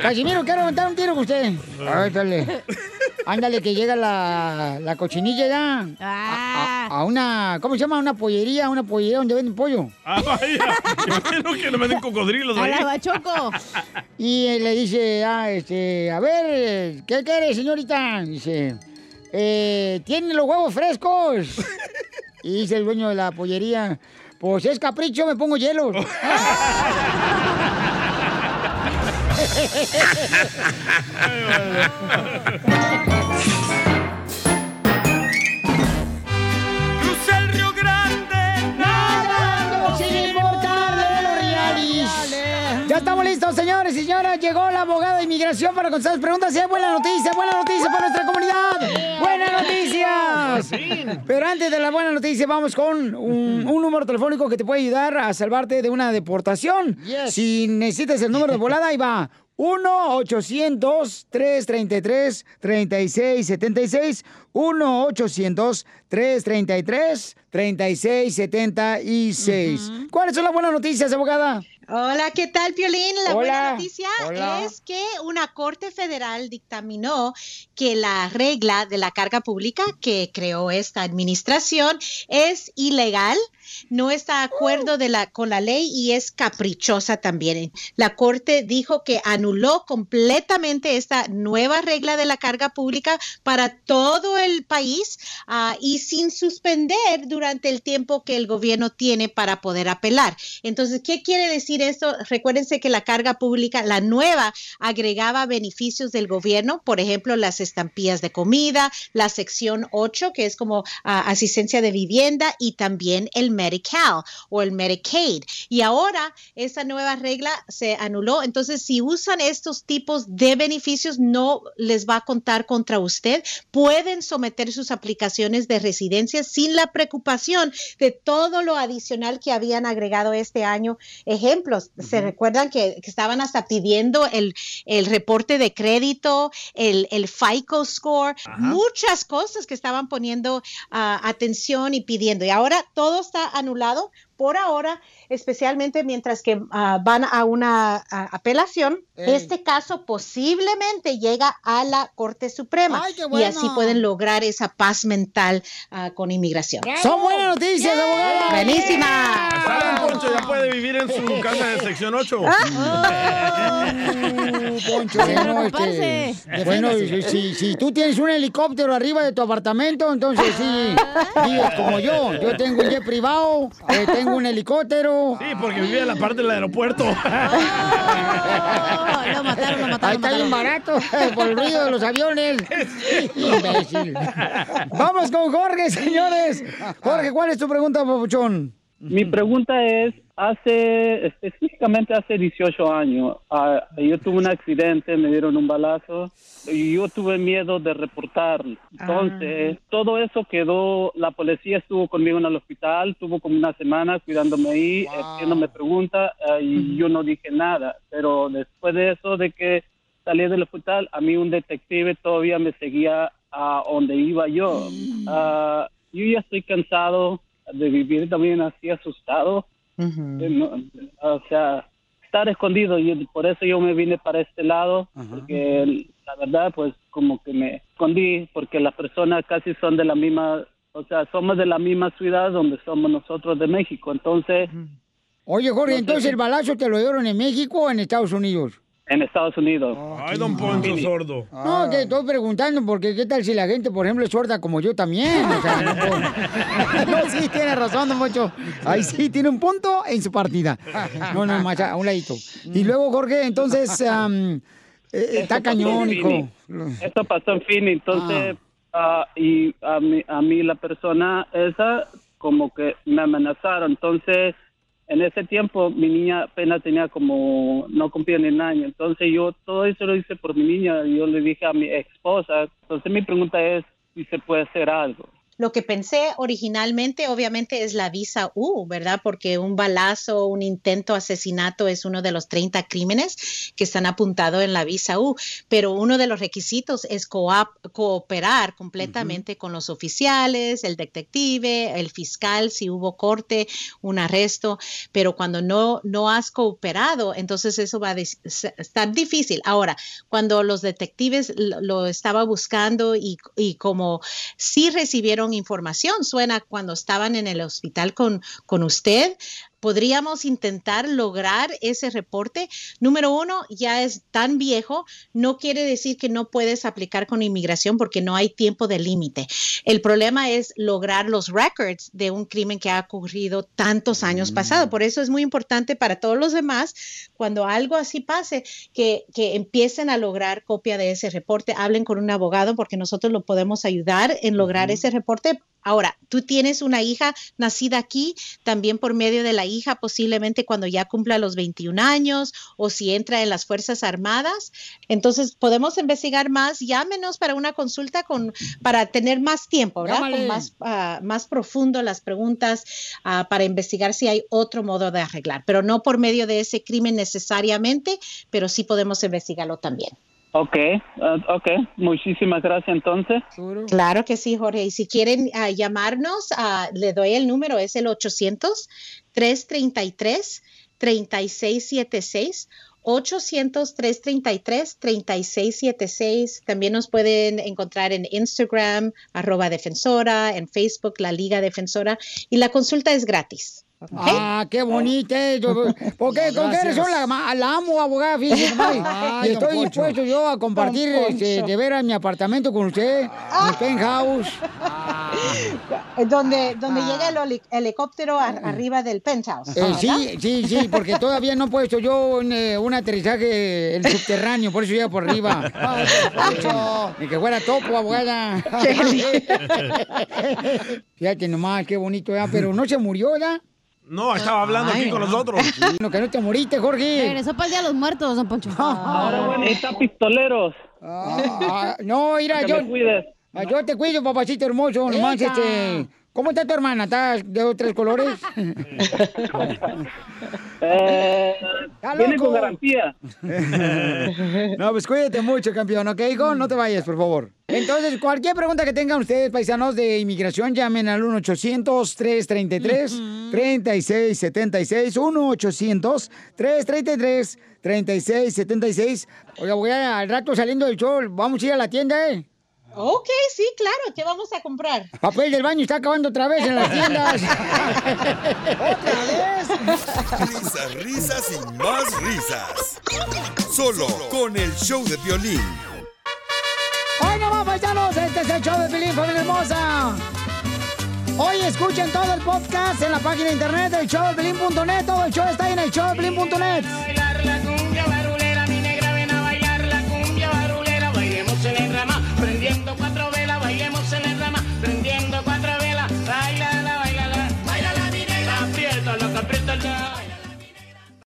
S1: Casimiro, quiero aventar un tiro con usted. A ver, dale. Ándale, que llega la, la cochinilla ya. A, a- a una, ¿cómo se llama? Una pollería, una pollería donde venden pollo.
S2: Ah, vaya. Qué bueno que no me den cocodrilos ahí.
S1: bachoco. Y eh, le dice, ah, este, a ver, eh, ¿qué quiere, señorita? Dice, eh, ¿tiene los huevos frescos? Y dice el dueño de la pollería, pues es capricho, me pongo hielo.
S6: Crucé el Río Grande nadando sin importar de los reales.
S1: Ya estamos listos, señores y señoras. Llegó la abogada de inmigración para contestar las preguntas. Y hay buena noticia, buena noticia para nuestra comunidad. Buenas
S6: Por
S1: noticias. Pero antes de la buena noticia, vamos con un, un número telefónico que te puede ayudar a salvarte de una deportación.
S6: Yes.
S1: Si necesitas el número de volada, ahí va. 1-800-333-3676. 1-800-333-3676. ¿Cuáles son las buenas noticias, abogada?
S17: Hola, ¿qué tal, Piolín? La
S1: Hola.
S17: buena noticia
S1: Hola.
S17: es que una corte federal dictaminó que la regla de la carga pública que creó esta administración es ilegal, no está de acuerdo de la, con la ley y es caprichosa también. La corte dijo que anuló completamente esta nueva regla de la carga pública para todo el país ah, y sin suspender durante el tiempo que el gobierno tiene para poder apelar. Entonces, ¿qué quiere decir eso? Recuérdense que la carga pública, la nueva, agregaba beneficios del gobierno, por ejemplo, las estampillas de comida, la sección 8, que es como ah, asistencia de vivienda, y también el Medical o el Medicaid. Y ahora esa nueva regla se anuló. Entonces, si usan estos tipos de beneficios, no les va a contar contra usted. Pueden someter sus aplicaciones de residencia sin la preocupación de todo lo adicional que habían agregado este año. Ejemplos, ¿se recuerdan que, que estaban hasta pidiendo el, el reporte de crédito, el, el FICO score, muchas cosas que estaban poniendo ah, atención y pidiendo. Y ahora todo está anulado por ahora, especialmente mientras que ah, van a una ah, apelación,
S18: Ey.
S17: este caso posiblemente llega a la Corte Suprema
S1: Ay, qué
S17: y
S1: bueno.
S17: así pueden lograr esa paz mental ah, con inmigración.
S1: Son buenas noticias, abogada.
S17: Buenísima.
S2: Sale Don Poncho, ya puede vivir en su casa de sección 8.
S1: Poncho,
S2: Sin
S1: bueno,
S2: preocuparse.
S1: este, bueno, si, si- si tú tienes un helicóptero arriba de tu apartamento, entonces sí, digas como yo. Yo tengo un jet privado, eh, tengo un helicóptero.
S2: Sí, porque vive en la parte del aeropuerto.
S1: lo mataron, lo mataron. Ahí está bien barato, eh, por el ruido de los aviones. Imbécil. Vamos con Jorge, señores. Jorge, ¿cuál es tu pregunta, papuchón?
S19: Mi pregunta es, hace específicamente hace 18 años, ah, yo tuve un accidente, me dieron un balazo y yo tuve miedo de reportar. Entonces, todo eso quedó, la policía estuvo conmigo en el hospital, estuvo como una semana cuidándome ahí, haciéndome preguntas ah, y yo no dije nada. Pero después de eso, de que salí del hospital, a mí un detective todavía me seguía a donde iba yo. Ah, yo ya estoy cansado de vivir también así asustado. Eh, no, o sea, estar escondido y por eso yo me vine para este lado, porque la verdad pues como que me escondí, porque las personas casi son de la misma, o sea, somos de la misma ciudad donde somos nosotros de México, entonces
S1: Oye, Jorge, entonces el balazo te lo dieron en México o en Estados Unidos.
S19: en Estados Unidos.
S2: Ay, don Poncho, sordo.
S17: Ah.
S1: No, te estoy preguntando porque qué tal si la gente, por ejemplo, es sorda como yo también. O sea, no, puedo. No, sí, tiene razón, don Mocho. Ahí sí, tiene un punto en su partida. No, no, macha, a un ladito. Y luego, Jorge, entonces, am, eh, eh, está
S19: Eso pasó en
S1: cañón, hijo.
S17: ¿Eh?
S19: Phoenix. Eso pasó en fin, entonces ah, y a mí, a mí la persona esa como que me amenazaron, entonces en ese tiempo mi niña apenas tenía como no cumplía ni un año, entonces yo todo eso lo hice por mi niña, yo le dije a mi esposa, entonces mi pregunta es si se puede hacer algo.
S17: Lo que pensé originalmente, obviamente, es la visa U, ¿verdad? Porque un balazo, un intento de asesinato es uno de los 30 crímenes que están apuntados en la visa U, pero uno de los requisitos es coa- cooperar completamente con los oficiales, el detective, el fiscal, si hubo corte, un arresto, pero cuando no, no has cooperado, entonces eso va a des- s- estar difícil. Ahora, cuando los detectives lo, lo estaba buscando y, y como sí recibieron información, suena cuando estaban en el hospital con, con usted, podríamos intentar lograr ese reporte. Número uno, ya es tan viejo, no quiere decir que no puedes aplicar con inmigración porque no hay tiempo de límite. El problema es lograr los records de un crimen que ha ocurrido tantos años pasados. Por eso es muy importante para todos los demás, cuando algo así pase, que, que empiecen a lograr copia de ese reporte, hablen con un abogado porque nosotros lo podemos ayudar en lograr ese reporte Ahora, tú tienes una hija nacida aquí, también por medio de la hija, posiblemente cuando ya cumpla los 21 años o si entra en las Fuerzas Armadas. Entonces, podemos investigar más. Llámenos para una consulta con, para tener más tiempo, ¿verdad? Con
S18: Llámale.
S17: más, ah, más profundo las preguntas ah, para investigar si hay otro modo de arreglar, pero no por medio de ese crimen necesariamente, pero sí podemos investigarlo también.
S19: Ok, ah, ok. Muchísimas gracias entonces.
S17: Claro que sí, Jorge. Y si quieren ah, llamarnos, ah, le doy el número, es el 800-333-3676. 800-333-3676. También nos pueden encontrar en Instagram, arroba defensora, en Facebook, la Liga Defensora. Y la consulta es gratis. ¿ok?
S1: Ah, qué bonita. eh, yo- Porque con qué
S17: Gracias.
S1: razón la, ma- la amo, abogada, fíjese nomás. y
S17: Ay, don
S1: estoy
S17: Poncho.
S1: dispuesto yo a compartir
S17: Don Poncho. Ah.
S1: este, de veras mi apartamento con usted, mi penthouse.
S17: Eh,
S1: Ah,
S17: Donde, donde llega el heli- helicóptero a- arriba del penthouse.
S1: Mm. Eh,
S17: ¿verdad?
S1: sí, sí, sí, porque todavía no he puesto yo un, eh, un aterrizaje el subterráneo, por eso llega por arriba.
S6: Ay,
S1: Eh, Ni que fuera topo, abogada. Fíjate nomás, qué bonito, ¿verdad? pero no se murió, ¿verdad?
S2: No, estaba hablando aquí con nosotros.
S1: No, que no te moriste, Jorge.
S7: Regresó para el Día de los Muertos, don Poncho.
S1: Ahora, bueno,
S19: Está pistoleros.
S1: Ah, no, mira,
S19: Que
S1: yo.
S19: me cuides.
S1: Ah, Yo te cuido, papacito hermoso. Nomás,
S19: Venga.
S1: este. ¿Cómo está tu hermana? ¿Estás de otros colores?
S19: Eh,
S6: ¡Ah,
S1: Está
S19: viene
S1: loco.
S19: con garantía.
S1: no, pues cuídate mucho, campeón, ¿ok, hijo? No te vayas, por favor. Entonces, cualquier pregunta que tengan ustedes, paisanos de inmigración, llamen al 1-800-333-3676. 1-800-333-3676. Oiga, voy a- al rato saliendo del sol. Vamos a ir a la tienda, ¿eh?
S17: Ok, sí, claro, ¿qué vamos a comprar?
S1: Papel del baño está acabando otra vez en las tiendas.
S3: Risas, risas y más risas. Solo con el show de violín.
S1: ¡Ay, no más, paisanos! Este es el show de Pelín, familia hermosa. Hoy escuchen todo el podcast en la página de internet del showbelín.net. Todo el show está ahí en el showbelín.net.